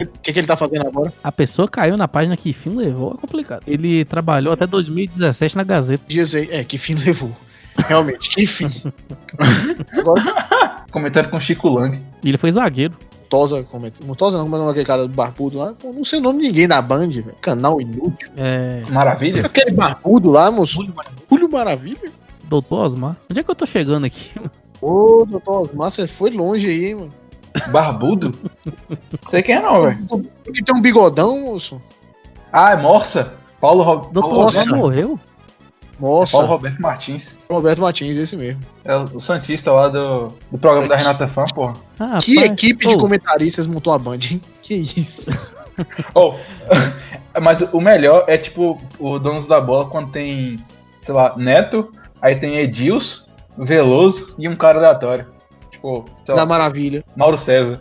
[SPEAKER 2] O que, que ele tá fazendo agora?
[SPEAKER 4] A pessoa caiu na página que fim levou, é complicado. Ele trabalhou até 2017 na Gazeta.
[SPEAKER 2] Dias aí. É, que fim levou. Realmente, que fim. agora
[SPEAKER 3] Comentário com Chico Lang.
[SPEAKER 4] E ele foi zagueiro.
[SPEAKER 2] o Tosa comenta. Não Tosa não, mas não é aquele cara do barbudo lá. Pô, não sei o nome de ninguém da Band, velho. Canal inútil.
[SPEAKER 4] É.
[SPEAKER 3] Maravilha.
[SPEAKER 2] Aquele barbudo lá, moço. Julio Maravilha.
[SPEAKER 4] Doutor Osmar. Onde é que eu tô chegando aqui?
[SPEAKER 2] Ô, doutor Osmar, você foi longe aí, hein, mano.
[SPEAKER 3] Barbudo? Sei quem é não, velho.
[SPEAKER 2] Porque tem um bigodão, moço.
[SPEAKER 3] Ah, é Morsa. Paulo, Ro...
[SPEAKER 4] Doutor
[SPEAKER 3] Paulo,
[SPEAKER 4] Osmar
[SPEAKER 3] Roberto.
[SPEAKER 4] morreu?
[SPEAKER 2] Nossa,
[SPEAKER 3] Paulo Roberto Martins.
[SPEAKER 2] É Roberto Martins, esse mesmo.
[SPEAKER 3] É o Santista lá do, do programa da Renata Fã, porra.
[SPEAKER 4] Ah,
[SPEAKER 2] que
[SPEAKER 4] rapaz.
[SPEAKER 2] equipe de
[SPEAKER 4] Ô,
[SPEAKER 2] comentaristas montou a Band, hein? Que isso.
[SPEAKER 3] Oh, mas o melhor é tipo o Donos da Bola quando tem, sei lá, Neto, aí tem Edilson, Veloso e um cara aleatório. Tipo, sei
[SPEAKER 2] Da
[SPEAKER 3] lá,
[SPEAKER 2] maravilha.
[SPEAKER 3] Mauro César.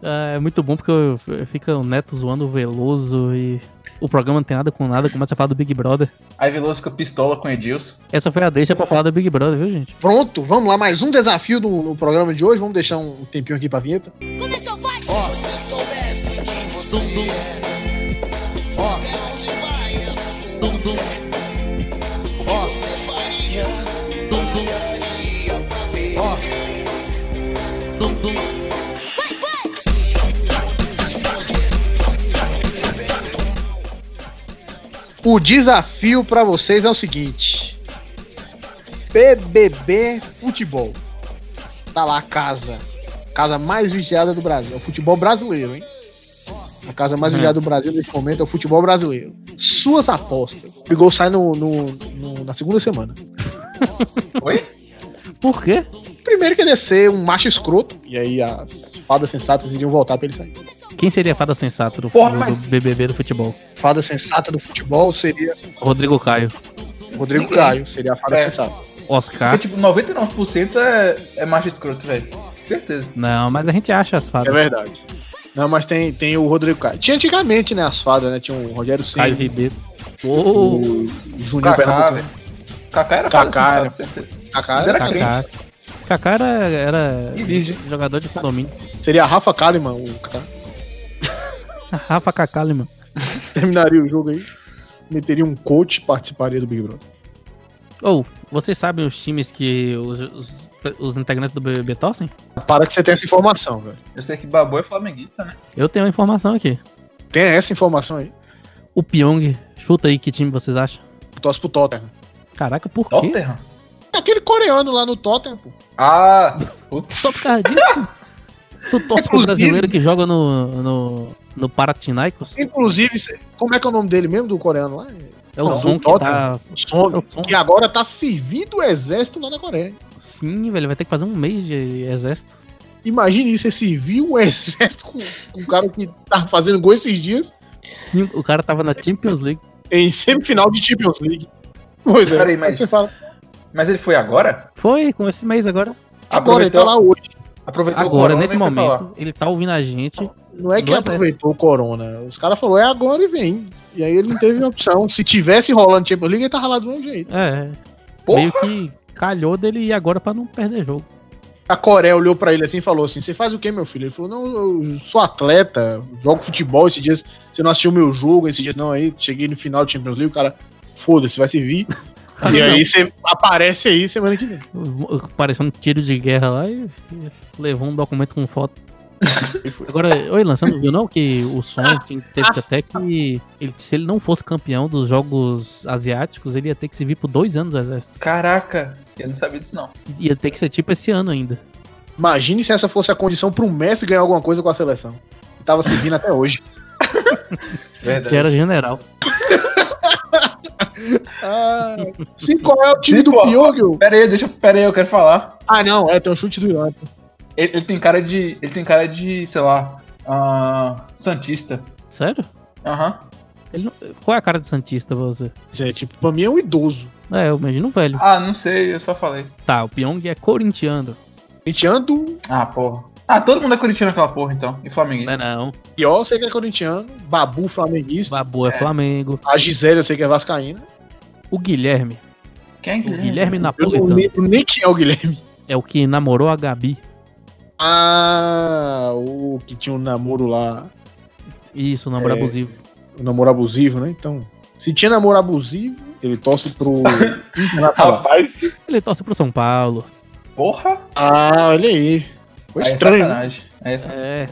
[SPEAKER 4] É muito bom porque eu- eu- fica o Neto zoando o Veloso e o programa não tem nada com nada, começa a falar do Big Brother.
[SPEAKER 3] Aí Veloso fica pistola com Edilson.
[SPEAKER 4] Essa foi a deixa pra falar do Big Brother, viu, gente?
[SPEAKER 2] Pronto, vamos lá, mais um desafio no, no programa de hoje. Vamos deixar um tempinho aqui pra vinheta.
[SPEAKER 5] Começou, vai!
[SPEAKER 2] O desafio pra vocês é o seguinte: PBB Futebol. Tá lá a casa. Casa mais vigiada do Brasil. É o futebol brasileiro, hein? A casa mais
[SPEAKER 4] Uhum.
[SPEAKER 2] vigiada do Brasil nesse momento é o futebol brasileiro. Suas apostas. O gol sai no- no- no- na segunda semana.
[SPEAKER 3] Oi?
[SPEAKER 4] Por quê?
[SPEAKER 2] Primeiro que ele ia ser um macho escroto. E aí as fadas sensatas iriam voltar pra ele sair.
[SPEAKER 4] Quem seria a fada sensata do,
[SPEAKER 3] Porra,
[SPEAKER 4] do-
[SPEAKER 3] mas-
[SPEAKER 4] do BBB do futebol?
[SPEAKER 2] Fada sensata do futebol seria
[SPEAKER 4] Rodrigo Caio.
[SPEAKER 2] Rodrigo
[SPEAKER 3] Ninguém.
[SPEAKER 2] Caio. Seria a fada
[SPEAKER 3] É.
[SPEAKER 2] sensata.
[SPEAKER 4] Oscar.
[SPEAKER 2] Ah.
[SPEAKER 3] Porque, tipo, 99% é, é macho escroto, velho. Certeza.
[SPEAKER 4] Não, mas a gente acha as
[SPEAKER 3] é
[SPEAKER 4] fadas.
[SPEAKER 2] verdade. Não, mas tem, tem o Rodrigo Caio. Tinha antigamente, né, as fadas, né? Tinha o Rogério
[SPEAKER 4] Caio
[SPEAKER 2] Ceni,
[SPEAKER 4] Ribeiro. Ô,
[SPEAKER 2] o Juninho
[SPEAKER 3] Kaká,
[SPEAKER 2] Pernambucano.
[SPEAKER 3] velho. Kaká era
[SPEAKER 2] Kaká
[SPEAKER 3] Kaká,
[SPEAKER 2] era-
[SPEAKER 3] certeza.
[SPEAKER 2] Kaká
[SPEAKER 3] Ele era
[SPEAKER 2] Kaká.
[SPEAKER 4] Kaká. Kaká era, era
[SPEAKER 3] E virgem.
[SPEAKER 4] jogador de condomínio.
[SPEAKER 2] Seria Rafa Kalimann, o Kaká.
[SPEAKER 4] Ah, Rafa Kaká, mano.
[SPEAKER 2] Terminaria o jogo aí. Meteria um coach e participaria do Big Brother.
[SPEAKER 4] Ou, vocês sabem os times que os, os- os integrantes do BBB torcem?
[SPEAKER 2] Para é que você tenha essa informação, velho.
[SPEAKER 3] Eu sei que Babu é flamenguista, né?
[SPEAKER 4] Eu tenho a informação aqui.
[SPEAKER 2] Tem essa informação aí.
[SPEAKER 4] O Pyong, chuta aí que time vocês acham.
[SPEAKER 2] Torce pro Tottenham. É
[SPEAKER 4] Caraca, por quê?
[SPEAKER 3] Tottenham?
[SPEAKER 2] Aquele coreano lá no Tottenham, pô.
[SPEAKER 3] Ah, putz.
[SPEAKER 4] Só por causa disso? tu torce pro
[SPEAKER 2] Inclusive-
[SPEAKER 4] brasileiro que joga no, no, no Paratinaicos?
[SPEAKER 2] Inclusive, cê- como é que é o nome dele mesmo, do coreano lá?
[SPEAKER 4] É o
[SPEAKER 2] Não,
[SPEAKER 4] Zon
[SPEAKER 2] do
[SPEAKER 4] que tá...
[SPEAKER 2] Song,
[SPEAKER 4] É o Song.
[SPEAKER 2] que agora tá servindo o exército lá na Coreia.
[SPEAKER 4] Sim, velho, vai ter que fazer um mês de exército.
[SPEAKER 2] Imagine isso, você servir o exército com, com um cara que tá fazendo gol esses dias
[SPEAKER 4] Sim, O cara tava na Champions League.
[SPEAKER 2] em semifinal de Champions League. Pois é.
[SPEAKER 3] Peraí, mas-
[SPEAKER 2] Aí você fala,
[SPEAKER 3] Mas ele foi agora?
[SPEAKER 4] Foi, com esse mês agora.
[SPEAKER 2] agora, ele tá
[SPEAKER 3] Aproveitou.
[SPEAKER 2] lá hoje.
[SPEAKER 3] Aproveitou
[SPEAKER 4] Agora,
[SPEAKER 3] corona
[SPEAKER 4] nesse
[SPEAKER 2] né,
[SPEAKER 3] e foi pra lá.
[SPEAKER 4] momento, ele tá ouvindo a gente.
[SPEAKER 2] Não é que
[SPEAKER 4] Do exército.
[SPEAKER 2] aproveitou o Corona. Os caras falaram, é agora e vem. E aí ele não teve opção. Se tivesse rolando Champions League, ele tava lá do mesmo jeito.
[SPEAKER 4] É.
[SPEAKER 3] Porra!
[SPEAKER 4] Meio que calhou dele ir agora pra não perder jogo.
[SPEAKER 2] A Coreia olhou pra ele assim e falou assim: Você faz o quê, meu filho? Ele falou: Não, eu sou atleta, jogo futebol esses dias. Você não assistiu meu jogo esses dias, não. Aí cheguei no final do Champions League, o cara, foda-se, vai servir.
[SPEAKER 3] Ah,
[SPEAKER 2] e aí você aparece aí semana que vem.
[SPEAKER 4] Pareceu um tiro de guerra lá e e levou um documento com foto. Agora, oi, Lan, você não viu não que o Son tinha- teve que até que ele, se ele não fosse campeão dos jogos asiáticos, ele ia ter que se vir por dois anos do exército.
[SPEAKER 3] Caraca, eu não sabia disso não.
[SPEAKER 4] Ia ter que ser tipo esse ano ainda.
[SPEAKER 2] Imagine se essa fosse a condição pro Messi ganhar alguma coisa com a seleção. Ele tava servindo até hoje.
[SPEAKER 3] Verdade.
[SPEAKER 4] Que era general.
[SPEAKER 2] Ah, sim, qual é o time
[SPEAKER 3] Sim,
[SPEAKER 2] do
[SPEAKER 3] pô.
[SPEAKER 2] Pyogyo?
[SPEAKER 3] Pera aí, deixa, pera aí, eu quero falar.
[SPEAKER 2] Ah, não, é, tem um chute do Ian.
[SPEAKER 3] Ele, ele tem cara de, ele tem cara de, sei lá, ah, santista.
[SPEAKER 4] Sério?
[SPEAKER 3] Aham.
[SPEAKER 4] Ele não- Qual é a cara de Santista pra você?
[SPEAKER 2] Isso é, tipo, pra mim é um idoso.
[SPEAKER 4] É, eu imagino um velho.
[SPEAKER 3] Ah, não sei, eu só falei.
[SPEAKER 4] Tá, o Pyong é corintiano.
[SPEAKER 2] Corintiano,
[SPEAKER 3] Ah, porra. Ah, todo mundo é corintiano naquela porra então, e
[SPEAKER 4] Não é
[SPEAKER 3] flamenguista.
[SPEAKER 4] não.
[SPEAKER 2] pior, eu sei que é corintiano. Babu, flamenguista.
[SPEAKER 4] Babu é,
[SPEAKER 3] É.
[SPEAKER 4] Flamengo.
[SPEAKER 2] A Gisele, eu sei que é vascaína.
[SPEAKER 4] O Guilherme.
[SPEAKER 3] Quem? é
[SPEAKER 4] O Guilherme
[SPEAKER 3] Tá
[SPEAKER 2] Eu não
[SPEAKER 4] Napolitano.
[SPEAKER 2] lembro nem quem é o Guilherme.
[SPEAKER 4] É o que namorou a Gabi.
[SPEAKER 2] Ah, o que tinha um namoro lá,
[SPEAKER 4] Isso, namoro
[SPEAKER 2] É.
[SPEAKER 4] abusivo.
[SPEAKER 2] um namoro abusivo, né? Então, se tinha namoro abusivo, ele torce pro Internacional.
[SPEAKER 3] Rapaz.
[SPEAKER 4] Ele torce pro São Paulo.
[SPEAKER 3] Porra.
[SPEAKER 2] ah, olha aí. Foi
[SPEAKER 3] Aí é
[SPEAKER 2] estranho, né?
[SPEAKER 3] sacanagem. Aí é sacanagem.
[SPEAKER 4] É.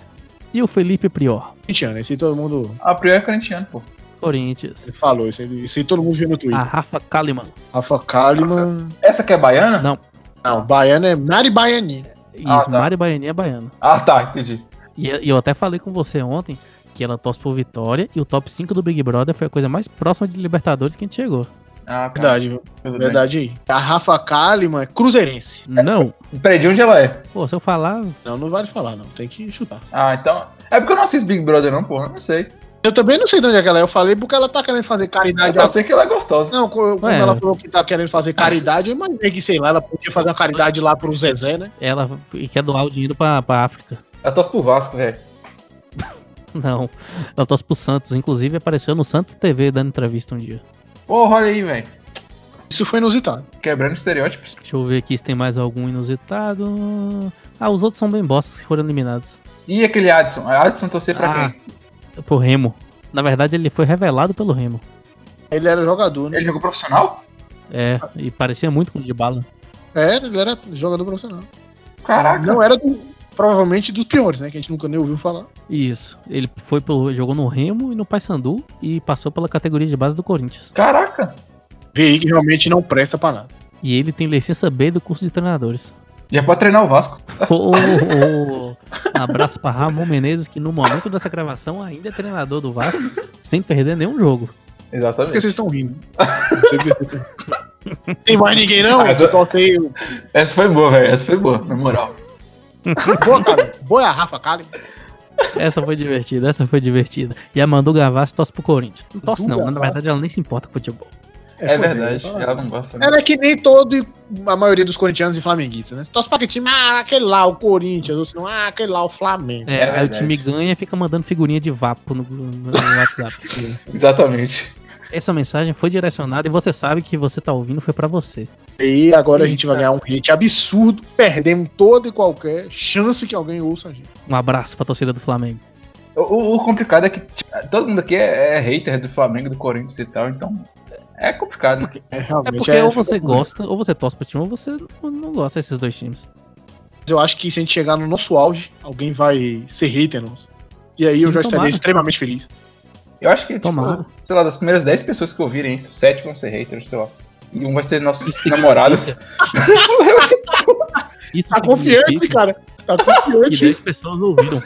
[SPEAKER 4] E o Felipe Prior,
[SPEAKER 2] Corintiano, Esse aí todo mundo
[SPEAKER 3] A priori é corintiano, pô.
[SPEAKER 4] Corinthians.
[SPEAKER 2] falou, esse aí, esse aí todo mundo viu no
[SPEAKER 4] A
[SPEAKER 3] Ah.
[SPEAKER 2] Twitter.
[SPEAKER 4] Rafa Kalimann.
[SPEAKER 2] Rafa Kalimann.
[SPEAKER 3] Essa aqui é baiana?
[SPEAKER 4] Não.
[SPEAKER 2] Não, baiano é Nari Baiani.
[SPEAKER 4] Isso,
[SPEAKER 3] Ah, tá.
[SPEAKER 4] Mari Baianinha é baiana.
[SPEAKER 3] Ah, tá, entendi.
[SPEAKER 4] E eu- e eu até falei com você ontem que ela torce por Vitória e o top 5 do Big Brother foi a coisa mais próxima de Libertadores que a gente chegou.
[SPEAKER 3] Ah, cara.
[SPEAKER 2] Verdade, viu?
[SPEAKER 3] Tudo bem.
[SPEAKER 2] verdade aí. A Rafa Kalimann é cruzeirense.
[SPEAKER 4] Não.
[SPEAKER 3] Peraí, de onde ela é?
[SPEAKER 4] Pô, se eu falar,
[SPEAKER 2] Não, não vale falar, não. Tem que chutar.
[SPEAKER 3] Ah, então. É porque eu não assisto Big Brother, não, porra. Eu não sei.
[SPEAKER 2] Eu também não sei de onde é que ela é. Eu falei porque ela tá querendo fazer
[SPEAKER 3] Eu
[SPEAKER 2] caridade
[SPEAKER 3] só sei que ela é gostosa.
[SPEAKER 2] Não, co- quando
[SPEAKER 4] Ué.
[SPEAKER 2] ela falou que tá querendo fazer caridade, eu imaginei que, sei lá, ela podia fazer uma caridade lá pro Zezé, né?
[SPEAKER 4] ela f- quer doar o dinheiro pra, pra África.
[SPEAKER 3] Ela torce pro Vasco, velho.
[SPEAKER 4] Não. Ela torce pro Santos. Inclusive apareceu no Santos TV dando entrevista um dia.
[SPEAKER 3] Porra, olha aí, velho.
[SPEAKER 2] Isso foi inusitado.
[SPEAKER 3] Quebrando estereótipos.
[SPEAKER 4] Deixa eu ver aqui se tem mais algum inusitado. Ah, os outros são bem bostas que foram eliminados.
[SPEAKER 3] E aquele Adson? A Adson torcer pra
[SPEAKER 4] Ah.
[SPEAKER 3] quem?
[SPEAKER 4] Pro Remo. Na verdade, ele foi revelado pelo Remo.
[SPEAKER 2] Ele era jogador, né?
[SPEAKER 3] Ele jogou profissional?
[SPEAKER 4] É, e parecia muito com o de bala.
[SPEAKER 2] Era, É, ele era jogador profissional.
[SPEAKER 3] Caraca.
[SPEAKER 2] Não é. era do- provavelmente dos piores, né? Que a gente nunca nem ouviu falar.
[SPEAKER 4] Isso. Ele foi pelo, jogou no Remo e no Paysandu e passou pela categoria de base do Corinthians.
[SPEAKER 3] Caraca.
[SPEAKER 2] Vê aí que realmente não presta pra nada.
[SPEAKER 4] E ele tem licença B do curso de treinadores.
[SPEAKER 3] Já pode treinar o Vasco.
[SPEAKER 4] Ô, ô, ô. Abraço pra Ramon Menezes, que no momento dessa gravação ainda é treinador do Vasco, sem perder nenhum jogo.
[SPEAKER 2] Por que
[SPEAKER 3] Exatamente.
[SPEAKER 2] vocês estão rindo? Não sei por que vocês estão rindo. Tem mais ninguém, não?
[SPEAKER 3] Ah,
[SPEAKER 2] Essa
[SPEAKER 3] eu-
[SPEAKER 2] torcei.
[SPEAKER 3] Essa foi boa, velho. Essa foi boa, na moral.
[SPEAKER 2] Boa, cara. Boa é a Rafa Kalim.
[SPEAKER 4] Essa foi divertida, essa foi divertida. E a Mandu Gavassi torce pro Corinthians. Não torce não, na verdade ela nem se importa com futebol.
[SPEAKER 3] É,
[SPEAKER 2] pois
[SPEAKER 3] verdade.
[SPEAKER 2] é.
[SPEAKER 3] ela não gosta. né? Não.
[SPEAKER 2] Ela é que nem todo e a maioria dos corintianos e flamenguistas, né? Torce pra que time? Ah, aquele lá, o Corinthians. Ou se não, ah, aquele lá, o Flamengo.
[SPEAKER 4] É,
[SPEAKER 3] É
[SPEAKER 4] aí o
[SPEAKER 3] verdade.
[SPEAKER 4] time ganha e fica mandando figurinha de vapo no, no- no WhatsApp.
[SPEAKER 3] Exatamente.
[SPEAKER 4] Essa mensagem foi direcionada e você sabe que você tá ouvindo foi pra você.
[SPEAKER 2] E agora a gente
[SPEAKER 3] Eita.
[SPEAKER 2] vai ganhar um hate absurdo. Perdemos toda e qualquer chance que alguém ouça a gente.
[SPEAKER 4] Um abraço pra torcida do Flamengo. É
[SPEAKER 3] O, o- o complicado é que tipo, todo mundo aqui é, é hater do Flamengo, do Corinthians e tal, então. É complicado, né?
[SPEAKER 2] É,
[SPEAKER 4] É
[SPEAKER 2] realmente,
[SPEAKER 4] porque
[SPEAKER 2] é-
[SPEAKER 4] ou você gosta, ou você torce pro time, ou você não- não gosta desses dois times.
[SPEAKER 2] Eu acho que se a gente chegar no nosso auge, alguém vai ser hater nosso. E aí
[SPEAKER 4] Sim,
[SPEAKER 2] eu já
[SPEAKER 4] tomara.
[SPEAKER 2] estaria extremamente feliz.
[SPEAKER 3] Eu acho que, tipo,
[SPEAKER 4] Tomara.
[SPEAKER 3] sei lá, das primeiras 10 pessoas que ouvirem isso, 7 vão ser haters, sei lá. E um vai ser nossos
[SPEAKER 4] Isso
[SPEAKER 3] namorados.
[SPEAKER 4] Isso
[SPEAKER 2] Tá confiante,
[SPEAKER 4] significa
[SPEAKER 2] cara. Tá
[SPEAKER 4] que
[SPEAKER 2] confiante.
[SPEAKER 4] 10 pessoas ouviram.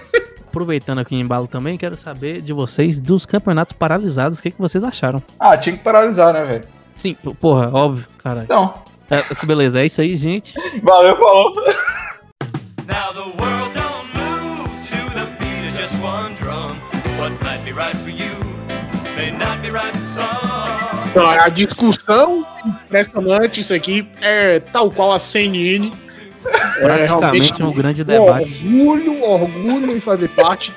[SPEAKER 4] Aproveitando aqui o embalo também, quero saber de vocês dos campeonatos paralisados, o que, que vocês acharam?
[SPEAKER 3] ah, tinha que paralisar, né, velho?
[SPEAKER 4] Sim, p- porra, óbvio, caralho.
[SPEAKER 3] Então,
[SPEAKER 4] É, beleza, é isso aí, gente.
[SPEAKER 3] valeu, falou.
[SPEAKER 5] Now the world don't move to the beat of just one drum. What might be right for you may not be right for some.
[SPEAKER 2] Então, a discussão impressionante, isso aqui é tal qual a CNN.
[SPEAKER 4] Praticamente
[SPEAKER 2] realmente,
[SPEAKER 4] um grande debate.
[SPEAKER 2] Orgulho, um orgulho em fazer parte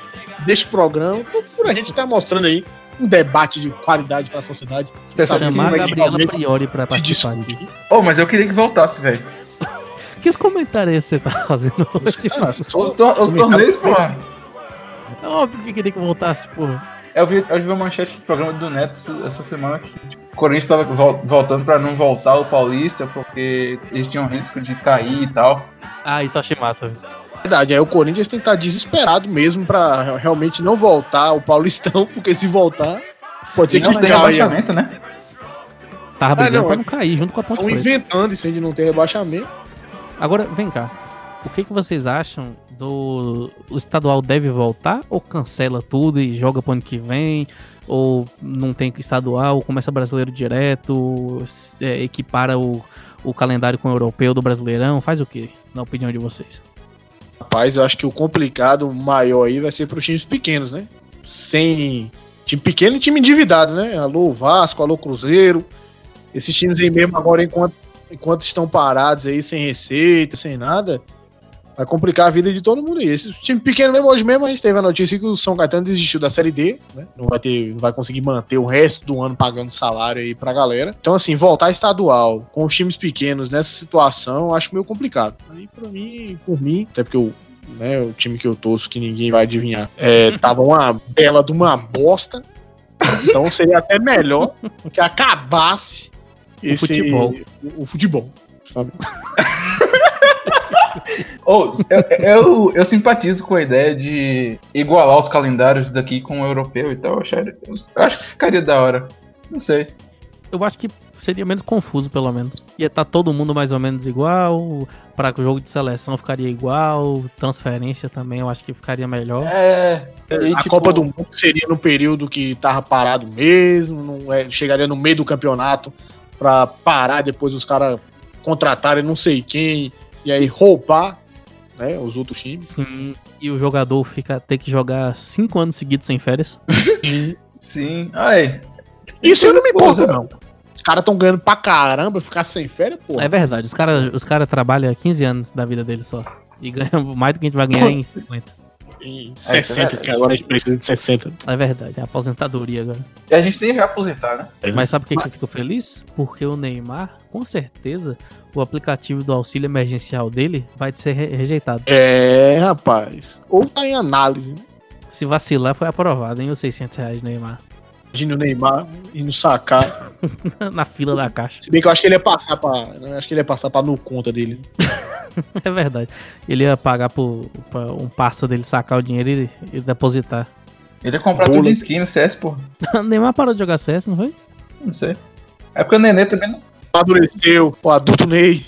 [SPEAKER 2] deste programa. Por- Por a gente estar mostrando aí um debate de qualidade para a sociedade.
[SPEAKER 3] Você sabe que
[SPEAKER 4] Chamar
[SPEAKER 3] vai-
[SPEAKER 4] a Gabriela
[SPEAKER 2] realmente
[SPEAKER 4] Priori pra
[SPEAKER 2] De
[SPEAKER 4] participar.
[SPEAKER 2] discutir.
[SPEAKER 3] Oh, mas eu queria que voltasse, velho.
[SPEAKER 4] Que esse comentário é esse que você tá fazendo hoje,
[SPEAKER 2] Cara,
[SPEAKER 4] mano?
[SPEAKER 2] só-
[SPEAKER 3] Os, tor- os torneios, porra.
[SPEAKER 4] É óbvio que queria que voltasse, porra.
[SPEAKER 3] Eu vi, eu vi uma manchete do programa do Neto essa- essa semana que tipo, o Corinthians tava vol- voltando pra não voltar o Paulista porque eles tinham risco de cair e tal.
[SPEAKER 4] Ah, isso eu achei massa. velho.
[SPEAKER 2] Verdade, aí o Corinthians tem que estar desesperado mesmo pra realmente não voltar o Paulistão, porque se voltar, pode
[SPEAKER 3] E
[SPEAKER 2] ser que
[SPEAKER 3] não tem
[SPEAKER 4] é
[SPEAKER 2] caia.
[SPEAKER 3] rebaixamento, né?
[SPEAKER 4] Tava
[SPEAKER 2] Ah,
[SPEAKER 4] brigando
[SPEAKER 2] não,
[SPEAKER 4] pra
[SPEAKER 2] é-
[SPEAKER 4] não cair junto com a Ponte
[SPEAKER 2] Estão
[SPEAKER 4] Preta.
[SPEAKER 2] inventando isso aí de não ter rebaixamento.
[SPEAKER 4] Agora, vem cá. O que, que vocês acham do. O estadual deve voltar? Ou cancela tudo e joga pro ano que vem? Ou não tem estadual? Começa brasileiro direto? se- é, equipara o, o calendário com o europeu do Brasileirão? Faz o quê? Na opinião de vocês.
[SPEAKER 2] Rapaz, eu acho que o complicado maior aí vai ser pros times pequenos, né? Sem time pequeno e time endividado, né? Alô Vasco, alô Cruzeiro. Esses times aí mesmo agora, enquanto, enquanto estão parados aí, sem receita, sem nada, vai complicar a vida de todo mundo aí. Esse time pequeno mesmo, hoje mesmo a gente teve a notícia que o São Caetano desistiu da Série D, né? Não vai, ter, não vai conseguir manter o resto do ano pagando salário aí pra galera. Então, assim, voltar estadual com os times pequenos nessa situação, eu acho meio complicado. Aí, pra mim, por mim, até porque eu né, o time que eu torço, que ninguém vai adivinhar, é, tava uma bela de uma bosta. Então seria até melhor que acabasse
[SPEAKER 4] O futebol.
[SPEAKER 2] O, o futebol. sabe?
[SPEAKER 3] Ou, eu, eu, eu simpatizo com a ideia de igualar os calendários daqui com o europeu e tal. Eu, acharia- eu acho que ficaria da hora. Não sei.
[SPEAKER 4] Eu acho que seria menos confuso, pelo menos. Ia estar todo mundo mais ou menos igual. Para o jogo de seleção ficaria igual. Transferência também eu acho que ficaria melhor.
[SPEAKER 3] É. e,
[SPEAKER 2] a
[SPEAKER 3] tipo,
[SPEAKER 2] Copa do Mundo seria no período que tava parado mesmo, não é- chegaria no meio do campeonato pra parar depois os caras contratarem não sei quem e aí roubar né, os outros times.
[SPEAKER 4] Sim. E o jogador fica ter que jogar cinco anos seguidos sem férias.
[SPEAKER 3] Sim. Aí.
[SPEAKER 2] Isso eu não me importo,
[SPEAKER 3] Coisa.
[SPEAKER 2] não. Os caras estão ganhando pra caramba, ficar sem férias, pô.
[SPEAKER 4] É verdade, os caras os cara trabalham 15 anos da vida dele só. E ganham mais do que a gente vai ganhar em 50.
[SPEAKER 2] Em
[SPEAKER 3] É, isso é
[SPEAKER 2] 60, que agora a gente precisa de 60.
[SPEAKER 4] É verdade, é aposentadoria agora.
[SPEAKER 3] A gente tem que aposentar, né?
[SPEAKER 4] Mas sabe por que, que eu fico feliz? Porque o Neymar, com certeza, o aplicativo do auxílio emergencial dele vai ser re- rejeitado.
[SPEAKER 2] É, rapaz. Ou tá em análise. né?
[SPEAKER 4] Se vacilar, foi aprovado, hein? Os 600 reais, Neymar.
[SPEAKER 2] Imagina o Neymar indo sacar.
[SPEAKER 4] Na fila da caixa.
[SPEAKER 2] Se bem que eu acho que ele ia passar pra. né, Acho que ele ia passar pra no conta dele.
[SPEAKER 4] É verdade. Ele ia pagar pro, pra um parça dele sacar o dinheiro e, e depositar.
[SPEAKER 3] Ele ia comprar
[SPEAKER 2] Bolo.
[SPEAKER 3] tudo em skin no CS, porra.
[SPEAKER 4] O Neymar parou de jogar CS, não foi?
[SPEAKER 3] Não sei. É porque o Nenê também não.
[SPEAKER 2] Amadureceu, o adulto Ney.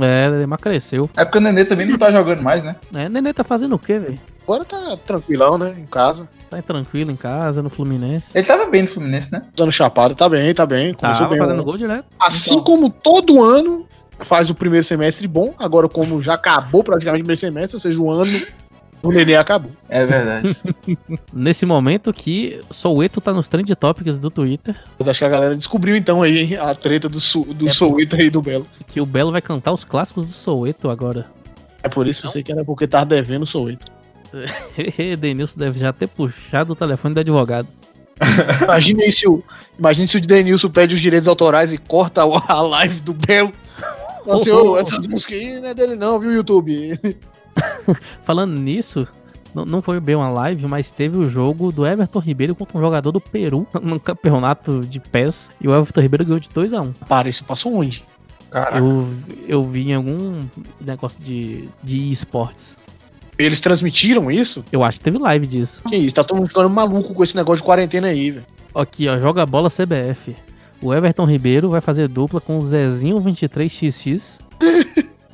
[SPEAKER 4] É, o Neymar cresceu.
[SPEAKER 3] É porque o Nenê também não tá jogando mais, né?
[SPEAKER 4] É, Nenê tá fazendo o quê, velho?
[SPEAKER 2] Agora tá tranquilão, né? Em casa.
[SPEAKER 4] Tá tranquilo em casa, no Fluminense.
[SPEAKER 3] Ele tava bem no Fluminense, né?
[SPEAKER 2] Dando chapada, tá bem, tá bem. É, Começou
[SPEAKER 4] Tava
[SPEAKER 2] bem.
[SPEAKER 4] fazendo
[SPEAKER 2] né?
[SPEAKER 4] gol direto.
[SPEAKER 2] Assim
[SPEAKER 3] Então.
[SPEAKER 2] como todo ano faz o primeiro semestre bom, agora como já acabou praticamente o primeiro semestre, ou seja, o ano o Nenê acabou.
[SPEAKER 3] É verdade.
[SPEAKER 4] Nesse momento que Soueto tá nos trend topics do Twitter,
[SPEAKER 2] Mas acho que a galera descobriu então aí hein, a treta do, Su- do
[SPEAKER 4] É,
[SPEAKER 2] Souito aí do Belo.
[SPEAKER 4] que o Belo vai cantar os clássicos do Soueto agora.
[SPEAKER 2] É por isso que eu sei que era porque tava devendo o Souito.
[SPEAKER 4] Denilson deve já ter puxado o telefone do advogado.
[SPEAKER 2] Imagina aí se o, imagina se o Denilson pede os direitos autorais e corta o- a live do Belo. Fala assim, ô, essas músicas aí não é dele não, viu, YouTube?
[SPEAKER 4] Falando nisso, não, não foi bem uma live, mas teve o jogo do Everton Ribeiro contra um jogador do Peru no campeonato de pés. E o Everton Ribeiro ganhou de 2 a 1
[SPEAKER 2] Para, isso passou onde?
[SPEAKER 3] Caraca.
[SPEAKER 4] eu, eu vi em algum negócio de, de esportes.
[SPEAKER 2] Eles transmitiram isso?
[SPEAKER 4] Eu acho que teve live disso.
[SPEAKER 2] Que isso, tá todo mundo ficando maluco com esse negócio de quarentena aí, velho.
[SPEAKER 4] Aqui, ó, joga bola CBF. O Everton Ribeiro vai fazer dupla com o Zezinho 23XX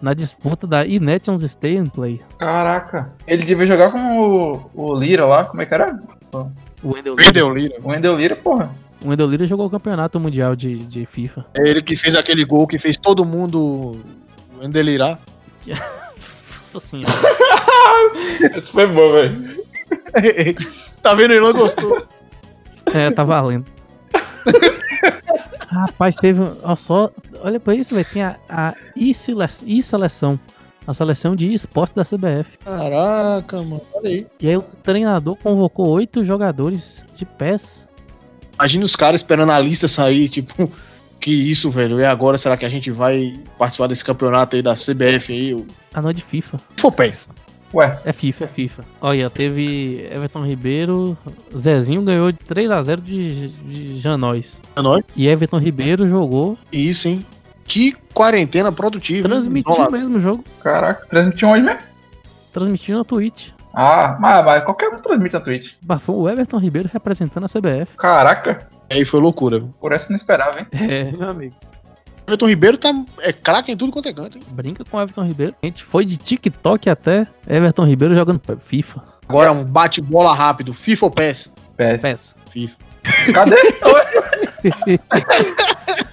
[SPEAKER 4] na disputa da Inetions Stay and Play.
[SPEAKER 3] Caraca. Ele devia jogar com o, o Lira lá. Como é que era?
[SPEAKER 4] O Wendel Lira,
[SPEAKER 2] Perdeu, Lira.
[SPEAKER 3] O Wendel Lira, porra.
[SPEAKER 4] o Wendel Lira jogou o campeonato mundial de, de FIFA.
[SPEAKER 2] É ele que fez aquele gol que fez todo mundo delirar.
[SPEAKER 4] Nossa senhora.
[SPEAKER 3] Isso foi bom, velho.
[SPEAKER 2] tá vendo? Ele não gostou.
[SPEAKER 4] É, tá valendo. um- Rapaz, teve. Olha só, olha pra isso, velho. Tem a, a e-sele- e-seleção a seleção de esportes da CBF.
[SPEAKER 2] Caraca, mano, olha aí.
[SPEAKER 4] E aí o treinador convocou oito jogadores de pés.
[SPEAKER 2] Imagina os caras esperando a lista sair, tipo, que isso, velho. E agora será que a gente vai participar desse campeonato aí da CBF aí? O-
[SPEAKER 4] Ah, não, é de FIFA.
[SPEAKER 2] Fopés.
[SPEAKER 3] Ué,
[SPEAKER 4] É FIFA, é FIFA. Olha, teve Everton Ribeiro, Zezinho ganhou de 3x0 de, de Janóis.
[SPEAKER 2] É nóis.
[SPEAKER 4] E Everton Ribeiro jogou,
[SPEAKER 2] Isso, hein? Que quarentena produtiva. hein?
[SPEAKER 4] transmitiu
[SPEAKER 2] Vamos lá.
[SPEAKER 4] mesmo o jogo,
[SPEAKER 3] caraca, transmitiu onde mesmo?
[SPEAKER 4] transmitiu na Twitch.
[SPEAKER 3] Ah, mas, mas qualquer um transmite na Twitch.
[SPEAKER 4] Mas Foi o Everton Ribeiro representando a CBF.
[SPEAKER 3] Caraca,
[SPEAKER 2] Aí foi loucura. viu?
[SPEAKER 3] por essa eu não esperava, hein?
[SPEAKER 4] É, meu amigo.
[SPEAKER 2] Everton Ribeiro tá, é craque em tudo quanto é canto, hein?
[SPEAKER 4] Brinca com o Everton Ribeiro. A gente foi de TikTok até Everton Ribeiro jogando FIFA.
[SPEAKER 2] Agora um bate-bola rápido. FIFA ou PES?
[SPEAKER 3] PS.
[SPEAKER 4] Peço.
[SPEAKER 2] FIFA.
[SPEAKER 3] Cadê? Ué,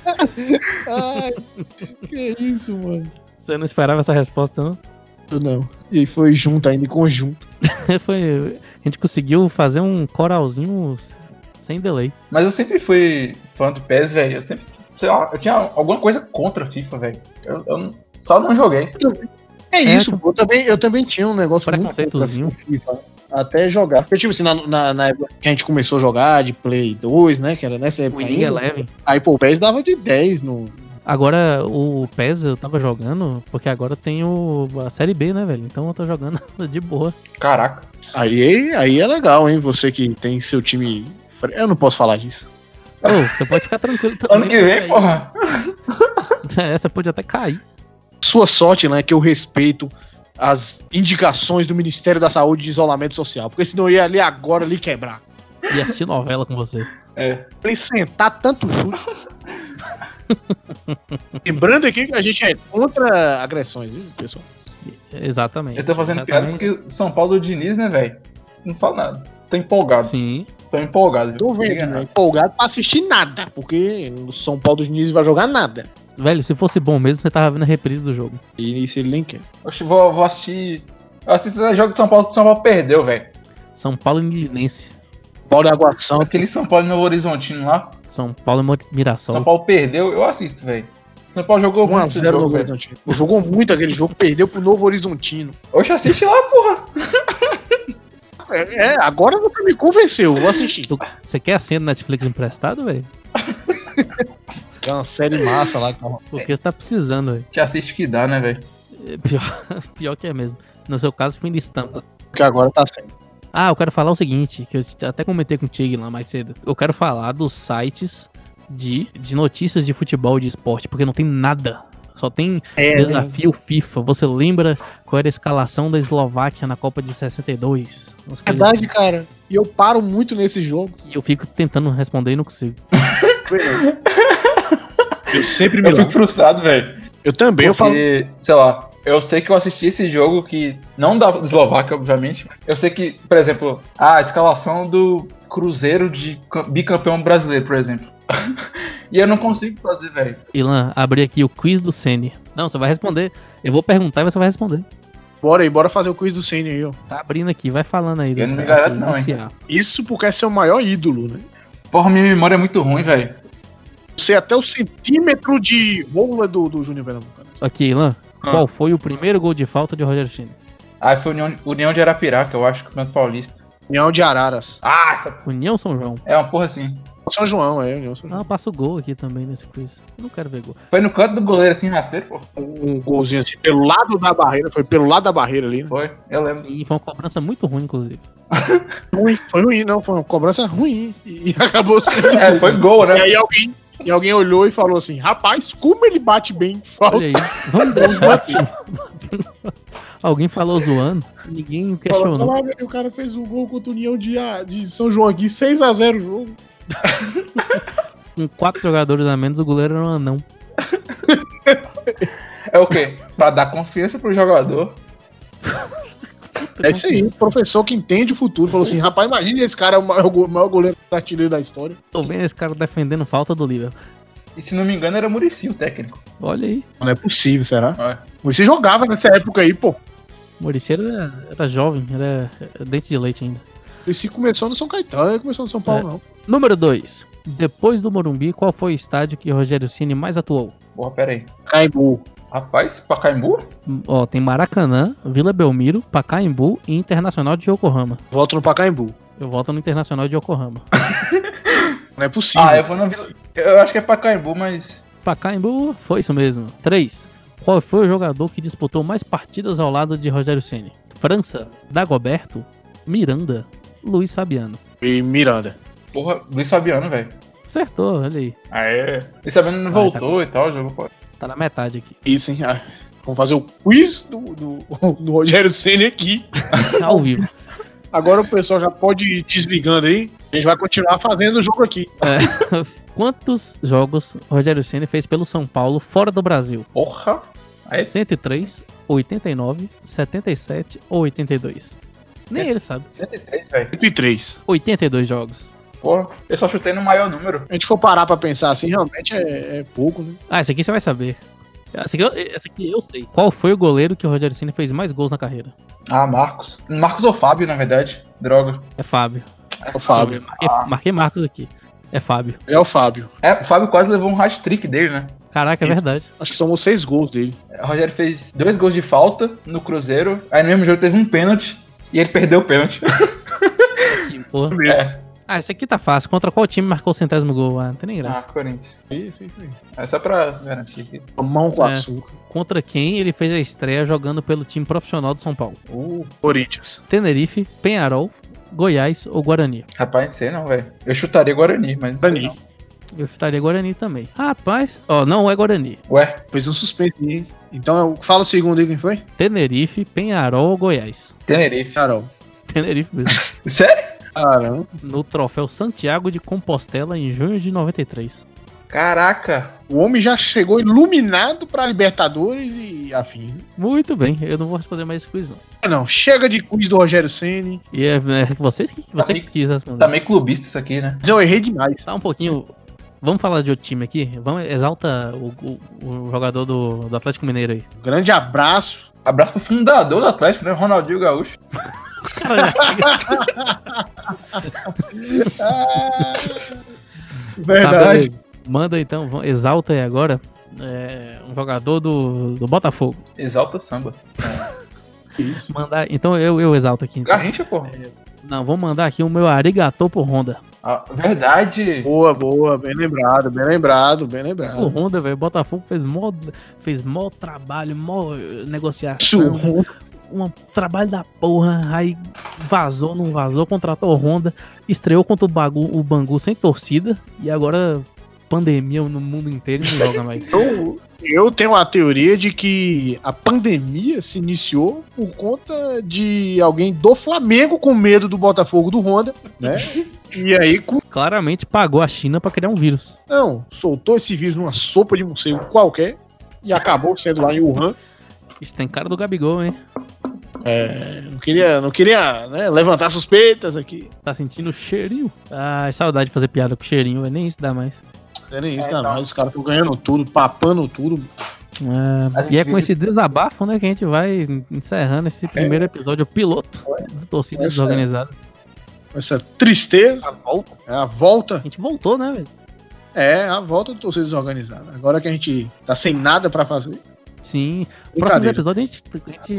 [SPEAKER 2] Ai, que isso, mano.
[SPEAKER 4] Você não esperava essa resposta, não?
[SPEAKER 2] Não. E foi junto ainda, em conjunto.
[SPEAKER 4] Foi, a gente conseguiu fazer um coralzinho sem delay.
[SPEAKER 3] Mas eu sempre fui fã do PES, velho. Eu sempre, sei lá, eu tinha alguma coisa contra a FIFA, velho. Eu, eu não- só não joguei.
[SPEAKER 2] É,
[SPEAKER 4] É,
[SPEAKER 2] isso, pô. eu também, eu também tinha um negócio muito
[SPEAKER 4] Preconceitozinho.
[SPEAKER 2] contra FIFA, até jogar. Porque, tipo assim, na, na, na época que a gente começou a jogar de Play 2, né? Que era nessa época.
[SPEAKER 4] Winning
[SPEAKER 2] ainda,
[SPEAKER 4] Eleven.
[SPEAKER 2] Aí, pô, o PES dava de 10 no.
[SPEAKER 4] Agora, o PES eu tava jogando, porque agora tem o, a Série B, né, velho? Então eu tô jogando de boa.
[SPEAKER 3] Caraca.
[SPEAKER 2] Aí, aí é legal, hein? Você que tem seu time. fre- Eu não posso falar disso.
[SPEAKER 4] Ô, você pode ficar tranquilo também.
[SPEAKER 3] Ano que vem,
[SPEAKER 4] porque
[SPEAKER 3] porra.
[SPEAKER 4] aí- É, você pode até cair.
[SPEAKER 2] Sua sorte, né? Que eu respeito as indicações do Ministério da Saúde de Isolamento Social. Porque senão eu ia ali agora ali quebrar.
[SPEAKER 4] E assistir novela com você.
[SPEAKER 3] É.
[SPEAKER 2] Pra ele sentar tanto chute. Lembrando aqui que a gente é contra agressões, viu, pessoal?
[SPEAKER 4] Exatamente.
[SPEAKER 3] Eu tô fazendo piada
[SPEAKER 4] Exatamente.
[SPEAKER 3] porque o São Paulo do Diniz, né, velho? Não falo nada. Tô empolgado.
[SPEAKER 4] Sim.
[SPEAKER 3] Tô empolgado.
[SPEAKER 2] Tô vendo, né? empolgado pra assistir nada. Porque o São Paulo dos Diniz vai jogar nada.
[SPEAKER 4] Velho, se fosse bom mesmo, você tava vendo a reprise do jogo.
[SPEAKER 2] E se ele nem quer.
[SPEAKER 3] Oxe, vou, vou assistir. Eu assisto esse jogo do São Paulo que o São Paulo perdeu, velho.
[SPEAKER 4] São Paulo e Milinense.
[SPEAKER 2] Bola de aguação.
[SPEAKER 3] Aquele São Paulo no Horizontino lá.
[SPEAKER 4] São Paulo e Mo- Mirassol.
[SPEAKER 3] São Paulo perdeu, eu assisto, velho. São Paulo jogou muito esse
[SPEAKER 2] 1x0
[SPEAKER 3] jogo,
[SPEAKER 2] Novo
[SPEAKER 3] velho.
[SPEAKER 2] Horizontino. né, Jogou muito aquele jogo, perdeu pro Novo Horizontino.
[SPEAKER 3] Oxe, assiste lá, porra.
[SPEAKER 2] É, é, agora você me convenceu, vou assistir.
[SPEAKER 4] Tu- Você quer a senha do Netflix emprestado, velho?
[SPEAKER 2] É uma série massa lá. que tava-
[SPEAKER 4] Porque você tá precisando, velho.
[SPEAKER 3] Que assiste que dá, né, velho?
[SPEAKER 4] É Pior, pior que é mesmo. No seu caso, fim de estampa.
[SPEAKER 2] Que agora tá sendo.
[SPEAKER 4] Ah, eu quero falar o seguinte, que eu te- até comentei contigo lá mais cedo. Eu quero falar dos sites de, de notícias de futebol e de esporte, porque não tem nada. Só tem
[SPEAKER 2] É,
[SPEAKER 4] desafio FIFA. Você lembra qual era a escalação da Eslováquia na Copa de 62? Umas coisas
[SPEAKER 2] É verdade, cara. E eu paro muito nesse jogo.
[SPEAKER 4] assim. E eu fico tentando responder e não consigo.
[SPEAKER 2] Eu sempre me
[SPEAKER 3] Eu fico
[SPEAKER 2] lembro.
[SPEAKER 3] frustrado, velho.
[SPEAKER 2] Eu também, eu falo.
[SPEAKER 3] Porque, sei lá, eu sei que eu assisti esse jogo que. Não da Eslováquia, obviamente. Eu sei que, por exemplo, a escalação do Cruzeiro de ca- bicampeão brasileiro, por exemplo. e eu não consigo fazer, velho.
[SPEAKER 4] Ilan, abri aqui o quiz do Sene. Não, você vai responder. Eu vou perguntar e você vai responder.
[SPEAKER 2] Bora aí, bora fazer o quiz do Senna aí, ó.
[SPEAKER 4] Tá abrindo aqui, vai falando aí.
[SPEAKER 3] Eu
[SPEAKER 4] dessa-
[SPEAKER 3] não me garanto não, hein.
[SPEAKER 4] iniciar.
[SPEAKER 2] Isso porque é seu maior ídolo, né?
[SPEAKER 3] Porra, minha memória é muito ruim, velho.
[SPEAKER 2] Você até o centímetro de rola do, do Júnior Pernambucano.
[SPEAKER 4] Aqui, Ilan.
[SPEAKER 3] Ah.
[SPEAKER 4] Qual foi o primeiro gol de falta de Rogério Ceni?
[SPEAKER 3] Aí foi União, União de Arapiraca, eu acho, Campeonato Paulista.
[SPEAKER 2] União de Araras.
[SPEAKER 3] Ah, essa-
[SPEAKER 4] União São João.
[SPEAKER 3] é uma porra assim.
[SPEAKER 2] São João, é, União São João.
[SPEAKER 4] Ah, passa o gol aqui também nesse quiz. Eu não quero ver gol.
[SPEAKER 3] Foi no canto do goleiro assim, rasteiro, pô.
[SPEAKER 2] Um golzinho assim, pelo lado da barreira. Foi pelo lado da barreira ali, né?
[SPEAKER 3] Foi, eu lembro.
[SPEAKER 4] Sim, foi uma cobrança muito ruim, inclusive.
[SPEAKER 2] Ruim, foi ruim, não. Foi uma cobrança ruim. E, e acabou sendo.
[SPEAKER 3] É, foi gol,
[SPEAKER 2] E
[SPEAKER 3] né?
[SPEAKER 2] aí alguém, e alguém olhou e falou assim: rapaz, como ele bate bem. Falta.
[SPEAKER 4] Olha aí. Vamos ver os batidos. Alguém falou zoando, ninguém questionou.
[SPEAKER 2] Fala, "Caralho, o cara fez um gol contra o União de, A- de São João aqui, 6x0 o jogo.
[SPEAKER 4] Com quatro jogadores a menos, o goleiro era um anão.
[SPEAKER 3] É o quê? Pra dar confiança pro jogador.
[SPEAKER 2] É isso aí, o professor que entende o futuro falou assim: rapaz, imagina esse cara é o maior, go- maior goleiro artilheiro da história.
[SPEAKER 4] Tô vendo esse cara defendendo falta do Liverpool.
[SPEAKER 3] E se não me engano, era Murici o técnico.
[SPEAKER 4] Olha aí.
[SPEAKER 2] Não é possível, será?
[SPEAKER 3] É.
[SPEAKER 2] Você jogava nessa época aí, pô.
[SPEAKER 4] O Muricy era, era jovem, era era dente de leite ainda.
[SPEAKER 2] Esse começou no São Caetano, não começou no São Paulo,
[SPEAKER 4] É.
[SPEAKER 2] não.
[SPEAKER 4] Número 2. Depois do Morumbi, qual foi o estádio que Rogério Ceni mais atuou?
[SPEAKER 3] Porra, pera aí.
[SPEAKER 2] Caimbu.
[SPEAKER 3] Rapaz, Pacaembu?
[SPEAKER 4] Ó, tem Maracanã, Vila Belmiro, Pacaembu e Internacional de Yokohama.
[SPEAKER 2] Volto no Pacaembu.
[SPEAKER 4] Eu volto no Internacional de Yokohama.
[SPEAKER 2] Não é possível.
[SPEAKER 3] Ah, eu vou na Vila. Eu acho que é Pacaembu, mas.
[SPEAKER 4] Pacaembu, foi isso mesmo. 3. Qual foi o jogador que disputou mais partidas ao lado de Rogério Ceni? França, Dagoberto, Miranda, Luiz Fabiano.
[SPEAKER 2] E Miranda.
[SPEAKER 3] Porra, Luiz Fabiano, velho.
[SPEAKER 4] Acertou, olha aí.
[SPEAKER 3] Aê. Luiz Fabiano não
[SPEAKER 4] Ah,
[SPEAKER 3] voltou e tal, jogou fora.
[SPEAKER 4] Tá na metade aqui.
[SPEAKER 2] Isso, hein? Ah, vamos fazer o quiz do, do, do Rogério Senna aqui.
[SPEAKER 4] Ao vivo.
[SPEAKER 2] Agora o pessoal já pode ir desligando aí. A gente vai continuar fazendo o jogo aqui.
[SPEAKER 4] Quantos jogos Rogério Ceni fez pelo São Paulo fora do Brasil?
[SPEAKER 3] Porra. Aí,
[SPEAKER 4] 103, 89, 77 ou 82? Nem ele sabe.
[SPEAKER 3] 103, velho.
[SPEAKER 2] 103.
[SPEAKER 4] 82 jogos.
[SPEAKER 3] Porra, eu só chutei no maior número.
[SPEAKER 2] A gente for parar pra pensar assim, realmente é, é pouco, né?
[SPEAKER 4] Ah, esse aqui você vai saber. Essa aqui, eu- essa aqui eu sei. Qual foi o goleiro que o Rogério Ceni fez mais gols na carreira?
[SPEAKER 3] Ah, Marcos. Marcos ou Fábio, na verdade. Droga.
[SPEAKER 4] É Fábio.
[SPEAKER 2] É o Fábio.
[SPEAKER 4] Marquei, marquei Marcos aqui. É Fábio.
[SPEAKER 2] É o Fábio.
[SPEAKER 3] É, o Fábio quase levou um hat-trick dele, né?
[SPEAKER 4] Caraca, é
[SPEAKER 2] Isso.
[SPEAKER 4] verdade.
[SPEAKER 2] Acho que tomou seis gols dele.
[SPEAKER 3] O Rogério fez dois gols de falta no Cruzeiro. Aí no mesmo jogo teve um pênalti. E ele perdeu o pênalti.
[SPEAKER 4] Que porra.
[SPEAKER 3] É.
[SPEAKER 4] Ah, esse aqui tá fácil. Contra qual time marcou o centésimo gol? Ah, não tem nem
[SPEAKER 3] Ah,
[SPEAKER 4] graça.
[SPEAKER 3] Corinthians.
[SPEAKER 2] Isso, isso, isso.
[SPEAKER 3] É só pra garantir aqui.
[SPEAKER 2] Mão um com
[SPEAKER 4] É.
[SPEAKER 2] açúcar.
[SPEAKER 4] Contra quem ele fez a estreia jogando pelo time profissional do São Paulo?
[SPEAKER 2] O Corinthians.
[SPEAKER 4] Tenerife, Penharol, Goiás ou Guarani?
[SPEAKER 3] Rapaz, não sei não, velho. Eu chutaria Guarani, mas não sei
[SPEAKER 2] Guarani.
[SPEAKER 3] não.
[SPEAKER 4] Eu chutaria Guarani também. Rapaz, ó, não é Guarani.
[SPEAKER 3] Ué,
[SPEAKER 2] Fez um suspense aí, hein? Então, eu- fala o segundo aí quem foi?
[SPEAKER 4] Tenerife, Penharol ou Goiás?
[SPEAKER 3] Tenerife.
[SPEAKER 2] Carol.
[SPEAKER 4] Tenerife mesmo.
[SPEAKER 3] Sério?
[SPEAKER 2] Caramba.
[SPEAKER 4] No troféu Santiago de Compostela em junho de 93.
[SPEAKER 3] Caraca.
[SPEAKER 2] O homem já chegou iluminado pra Libertadores e afim. Ah,
[SPEAKER 4] Muito bem, eu não vou responder mais esse quiz não.
[SPEAKER 2] Não, chega de quiz do Rogério Ceni.
[SPEAKER 4] E é, é, vocês que, você que quis responder.
[SPEAKER 3] Tá meio clubista isso aqui, né?
[SPEAKER 2] Mas eu errei demais.
[SPEAKER 4] Tá um pouquinho. Vamos falar de outro time aqui? Vamos exalta o, o- o jogador do, do Atlético Mineiro aí.
[SPEAKER 2] Um grande abraço.
[SPEAKER 3] Abraço pro fundador do Atlético, né? Ronaldinho Gaúcho.
[SPEAKER 4] Tá,
[SPEAKER 2] É Verdade.
[SPEAKER 4] beleza. Manda então, vamos- exalta aí agora é, um jogador do, do Botafogo.
[SPEAKER 3] Exalta samba.
[SPEAKER 2] Tá Isso.
[SPEAKER 4] Mandar, então eu, eu exalto aqui. então.
[SPEAKER 3] Garrincha, porra.
[SPEAKER 4] Não, vou mandar aqui o meu arigatô pro Honda.
[SPEAKER 3] Ah, verdade.
[SPEAKER 2] Boa, boa. Bem lembrado, bem lembrado, bem
[SPEAKER 4] O
[SPEAKER 2] lembrado.
[SPEAKER 4] Honda, velho, Botafogo fez mó, fez mó trabalho, mó eh, negociação,
[SPEAKER 2] Isso.
[SPEAKER 4] um trabalho da porra, aí vazou, não vazou, contratou o Honda, estreou contra o, Bagu, o Bangu sem torcida, e agora pandemia no mundo inteiro e não joga mais.
[SPEAKER 2] Eu, eu tenho a teoria de que a pandemia se iniciou por conta de alguém do Flamengo com medo do Botafogo do Honda, né? E aí, cu-
[SPEAKER 4] Claramente pagou a China pra criar um vírus.
[SPEAKER 2] não, soltou esse vírus numa sopa de morcego qualquer e acabou sendo lá em Wuhan.
[SPEAKER 4] Isso tem cara do Gabigol, hein?
[SPEAKER 2] É, não queria, não queria né, levantar suspeitas aqui.
[SPEAKER 4] Tá sentindo o cheirinho? Ai, saudade de fazer piada com cheirinho, é nem isso dá mais.
[SPEAKER 2] Não é nem isso,
[SPEAKER 3] É,
[SPEAKER 2] nada
[SPEAKER 3] tá.
[SPEAKER 2] mais. Os caras estão ganhando tudo, papando tudo.
[SPEAKER 4] É,
[SPEAKER 3] A gente
[SPEAKER 4] e é
[SPEAKER 3] vive-
[SPEAKER 4] com esse desabafo, né, que a gente vai encerrando esse primeiro episódio piloto do Torcida
[SPEAKER 3] É isso aí.
[SPEAKER 4] Desorganizada.
[SPEAKER 2] Essa tristeza. A volta. É a volta.
[SPEAKER 4] A gente voltou, né, velho?
[SPEAKER 2] É, a volta do torcedor desorganizado. Agora que a gente tá sem nada pra fazer.
[SPEAKER 4] Sim. Próximo
[SPEAKER 2] Brincadeira.
[SPEAKER 4] episódio, a gente, a gente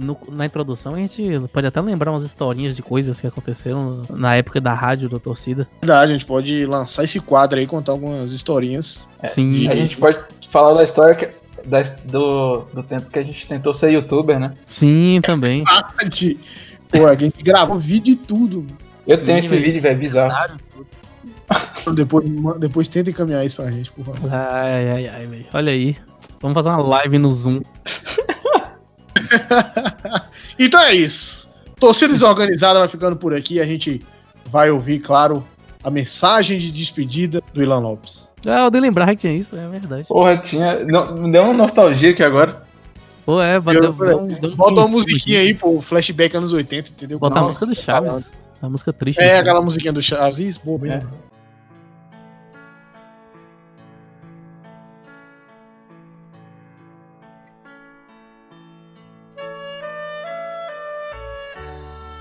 [SPEAKER 4] no- na introdução, a gente pode até lembrar umas historinhas de coisas que aconteceram na época da rádio da torcida.
[SPEAKER 2] Verdade, a gente pode lançar esse quadro aí, contar algumas historinhas.
[SPEAKER 4] Sim,
[SPEAKER 3] A gente pode falar da história que- da- do, do tempo que a gente tentou ser youtuber, né?
[SPEAKER 4] sim, também.
[SPEAKER 2] Ah, de- Pô, a gente gravou vídeo e tudo.
[SPEAKER 3] Eu
[SPEAKER 4] Sim,
[SPEAKER 3] tenho esse
[SPEAKER 4] velho.
[SPEAKER 3] vídeo, velho, bizarro.
[SPEAKER 2] Então, Depois, ma- depois tenta encaminhar isso pra gente, por favor.
[SPEAKER 4] Ai, ai, ai, velho. Olha aí. Vamos fazer uma live no Zoom.
[SPEAKER 2] Então é isso. Torcida desorganizada vai ficando por aqui. A gente vai ouvir, claro, a mensagem de despedida do Ilan Lopes.
[SPEAKER 4] Ah, eu dei lembrar que tinha isso, é verdade.
[SPEAKER 3] Porra, tinha. Não, me deu uma nostalgia aqui agora.
[SPEAKER 4] Pô, é,
[SPEAKER 2] Eu-
[SPEAKER 4] bateu. deu um- deu um
[SPEAKER 2] Bota uma
[SPEAKER 4] quentinho
[SPEAKER 2] musiquinha aí, pô, flashback anos 80, entendeu?
[SPEAKER 4] Botar a
[SPEAKER 3] Nossa,
[SPEAKER 4] música do Chaves. A música triste.
[SPEAKER 2] É,
[SPEAKER 4] né?
[SPEAKER 2] aquela musiquinha do Chaves. Isso, boa, bem.
[SPEAKER 3] É.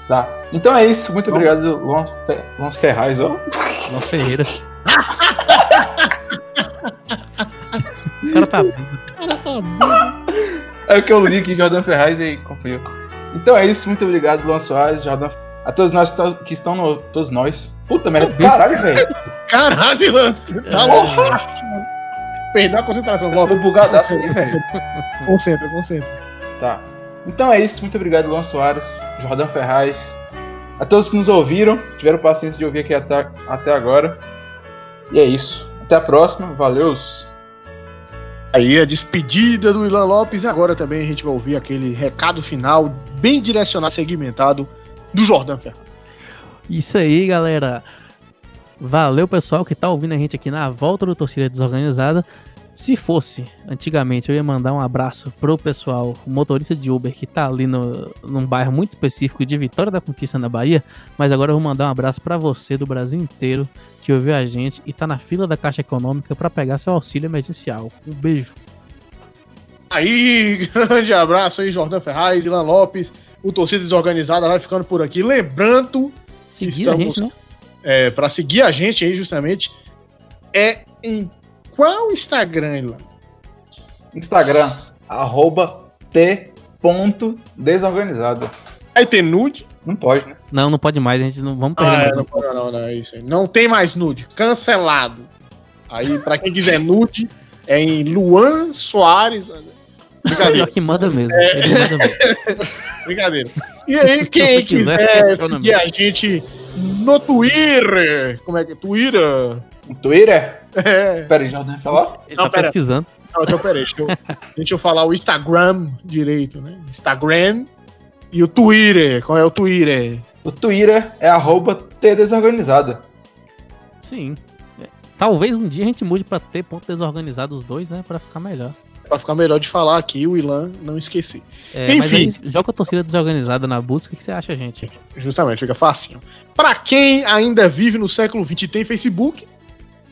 [SPEAKER 3] Tá. Então é isso. Muito obrigado, Lon Fe- Lons Ferraz. ó.
[SPEAKER 4] Ló Ferreira. cara tá bêbado.
[SPEAKER 3] É o que eu li aqui, Jordan Ferraz, e confio. Então é isso, muito obrigado, Luan Soares, Jordan A todos nós que estão- que estão no. Todos nós. Puta merda, caralho, velho.
[SPEAKER 2] Caralho, Ilan.
[SPEAKER 4] É.
[SPEAKER 2] Tá louco. Perdeu a concentração,
[SPEAKER 3] Eu Tô
[SPEAKER 2] volta.
[SPEAKER 3] bugadaço aqui, velho.
[SPEAKER 2] Concentra, concentra.
[SPEAKER 3] Tá. Então é isso, muito obrigado, Luan Soares, Jordan Ferraz. A todos que nos ouviram, que tiveram paciência de ouvir aqui até, até agora. E é isso. Até a próxima, valeus!
[SPEAKER 2] Aí a despedida do Ilan Lopes. E agora também a gente vai ouvir aquele recado final, bem direcionado, segmentado, do Jordan Ferraz.
[SPEAKER 4] Isso aí, galera. Valeu, pessoal, que tá ouvindo a gente aqui na volta do Torcida Desorganizada. Se fosse antigamente, eu ia mandar um abraço pro pessoal, o motorista de Uber, que tá ali no, num bairro muito específico de Vitória da Conquista, na Bahia. Mas agora eu vou mandar um abraço pra você do Brasil inteiro que ouviu a gente e tá na fila da Caixa Econômica pra pegar seu auxílio emergencial. Um beijo.
[SPEAKER 2] Aí, grande abraço aí, Jordan Ferraz, Ilan Lopes, o Torcida Desorganizada vai ficando por aqui. Lembrando,
[SPEAKER 4] Seguindo a
[SPEAKER 2] Estamos-
[SPEAKER 4] gente, né?
[SPEAKER 2] é, para seguir a gente aí justamente, é em qual Instagram, Ilan?
[SPEAKER 3] Instagram, arroba t.desorganizado.
[SPEAKER 2] Aí tem nude?
[SPEAKER 3] Não pode, né?
[SPEAKER 4] Não, não pode mais, a gente não vamos perder
[SPEAKER 2] Ah, é,
[SPEAKER 4] mais.
[SPEAKER 2] não, não, não, não, é isso aí. Não tem mais nude, cancelado. Aí, pra quem quiser nude, é em Luan Soares. Brincadeira,
[SPEAKER 4] Pior que manda mesmo. Ele manda mesmo.
[SPEAKER 2] brincadeira. E aí,
[SPEAKER 4] Se
[SPEAKER 2] É. quem
[SPEAKER 4] quiser,
[SPEAKER 2] quiser
[SPEAKER 4] funciona
[SPEAKER 2] seguir a gente no Twitter, como é que é? Twitter?
[SPEAKER 3] No Twitter?
[SPEAKER 2] É.
[SPEAKER 3] Pera aí, Jordan falar?
[SPEAKER 4] Ele
[SPEAKER 2] Não,
[SPEAKER 4] tá
[SPEAKER 2] pera.
[SPEAKER 4] pesquisando.
[SPEAKER 2] Não, então peraí, deixa eu, deixa eu falar o Instagram direito, né? Instagram e o Twitter. Qual é o Twitter?
[SPEAKER 3] O Twitter é arroba tdesorganizado.
[SPEAKER 4] Sim. É. Talvez um dia a gente mude pra ter ponto desorganizado os dois, né? Pra ficar melhor.
[SPEAKER 2] Pra ficar melhor de falar aqui, o Ilan não esqueci.
[SPEAKER 4] É, mas aí,
[SPEAKER 2] Enfim.
[SPEAKER 4] joga a torcida desorganizada na busca, o que você acha, gente?
[SPEAKER 2] Justamente, fica facinho. Pra quem ainda vive no século XX e tem Facebook,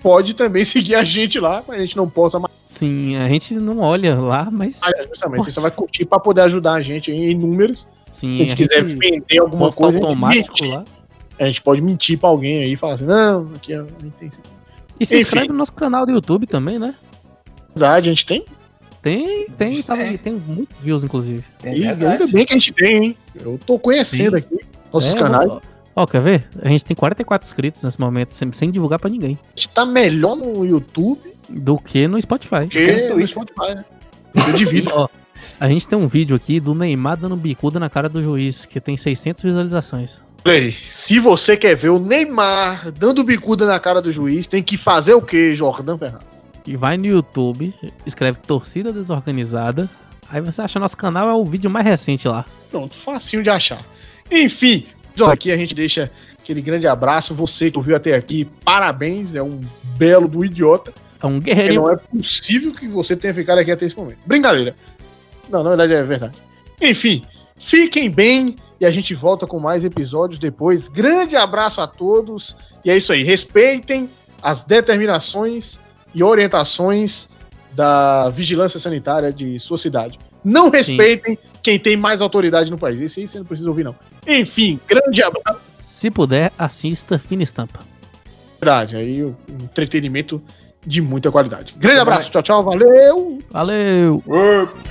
[SPEAKER 2] pode também seguir a gente lá, mas a gente não posta mais.
[SPEAKER 4] Sim, a gente não olha lá, mas
[SPEAKER 2] Justamente, você só vai curtir pra poder ajudar a gente em números.
[SPEAKER 4] sim,
[SPEAKER 2] Se
[SPEAKER 4] a
[SPEAKER 2] quiser
[SPEAKER 4] gente
[SPEAKER 2] vender alguma
[SPEAKER 4] posta
[SPEAKER 2] coisa, a gente
[SPEAKER 4] automático
[SPEAKER 2] mente.
[SPEAKER 4] lá.
[SPEAKER 2] a gente pode mentir pra alguém aí e falar assim, não, aqui a gente tem
[SPEAKER 4] E se
[SPEAKER 2] Enfim.
[SPEAKER 4] inscreve no nosso canal do YouTube também, né?
[SPEAKER 2] verdade, a gente tem.
[SPEAKER 4] Tem, tem, tá,
[SPEAKER 3] É.
[SPEAKER 4] tem muitos views, inclusive.
[SPEAKER 3] É
[SPEAKER 2] E
[SPEAKER 3] verdade.
[SPEAKER 2] ainda bem que a gente tem, hein? Eu tô conhecendo aqui nossos
[SPEAKER 4] É,
[SPEAKER 2] canais.
[SPEAKER 4] Ó, ó, quer ver? A gente tem 44 inscritos nesse momento, sem, sem divulgar pra ninguém.
[SPEAKER 2] A gente tá melhor no YouTube
[SPEAKER 4] Do que no Spotify.
[SPEAKER 2] que
[SPEAKER 3] no
[SPEAKER 2] no
[SPEAKER 3] Twitter.
[SPEAKER 2] Spotify, né? Eu divido.
[SPEAKER 4] Ó, a gente tem um vídeo aqui do Neymar dando bicuda na cara do juiz, que tem 600 visualizações.
[SPEAKER 2] Play. Se você quer ver o Neymar dando bicuda na cara do juiz, tem que fazer o quê, Jordan Ferraz?
[SPEAKER 4] e vai no YouTube, escreve Torcida Desorganizada. Aí você acha nosso canal é o vídeo mais recente lá.
[SPEAKER 2] Pronto, facinho de achar. Enfim, ó, aqui a gente deixa aquele grande abraço. Você que ouviu até aqui, parabéns, é um belo do idiota.
[SPEAKER 4] É um
[SPEAKER 2] Porque
[SPEAKER 4] guerreirinho.
[SPEAKER 2] não é possível que você tenha ficado aqui até esse momento. Brincadeira. Não, na verdade é verdade. Enfim, fiquem bem e a gente volta com mais episódios depois. Grande abraço a todos. E é isso aí. Respeitem as determinações e orientações da vigilância sanitária de sua cidade. Não respeitem quem tem mais autoridade no país. Isso aí você não precisa ouvir, não. Enfim, grande abraço.
[SPEAKER 4] Se puder, assista Fina Estampa.
[SPEAKER 2] Verdade. Aí o entretenimento de muita qualidade. Grande abraço. Tchau, tchau. Valeu.
[SPEAKER 4] Valeu!
[SPEAKER 3] Ué.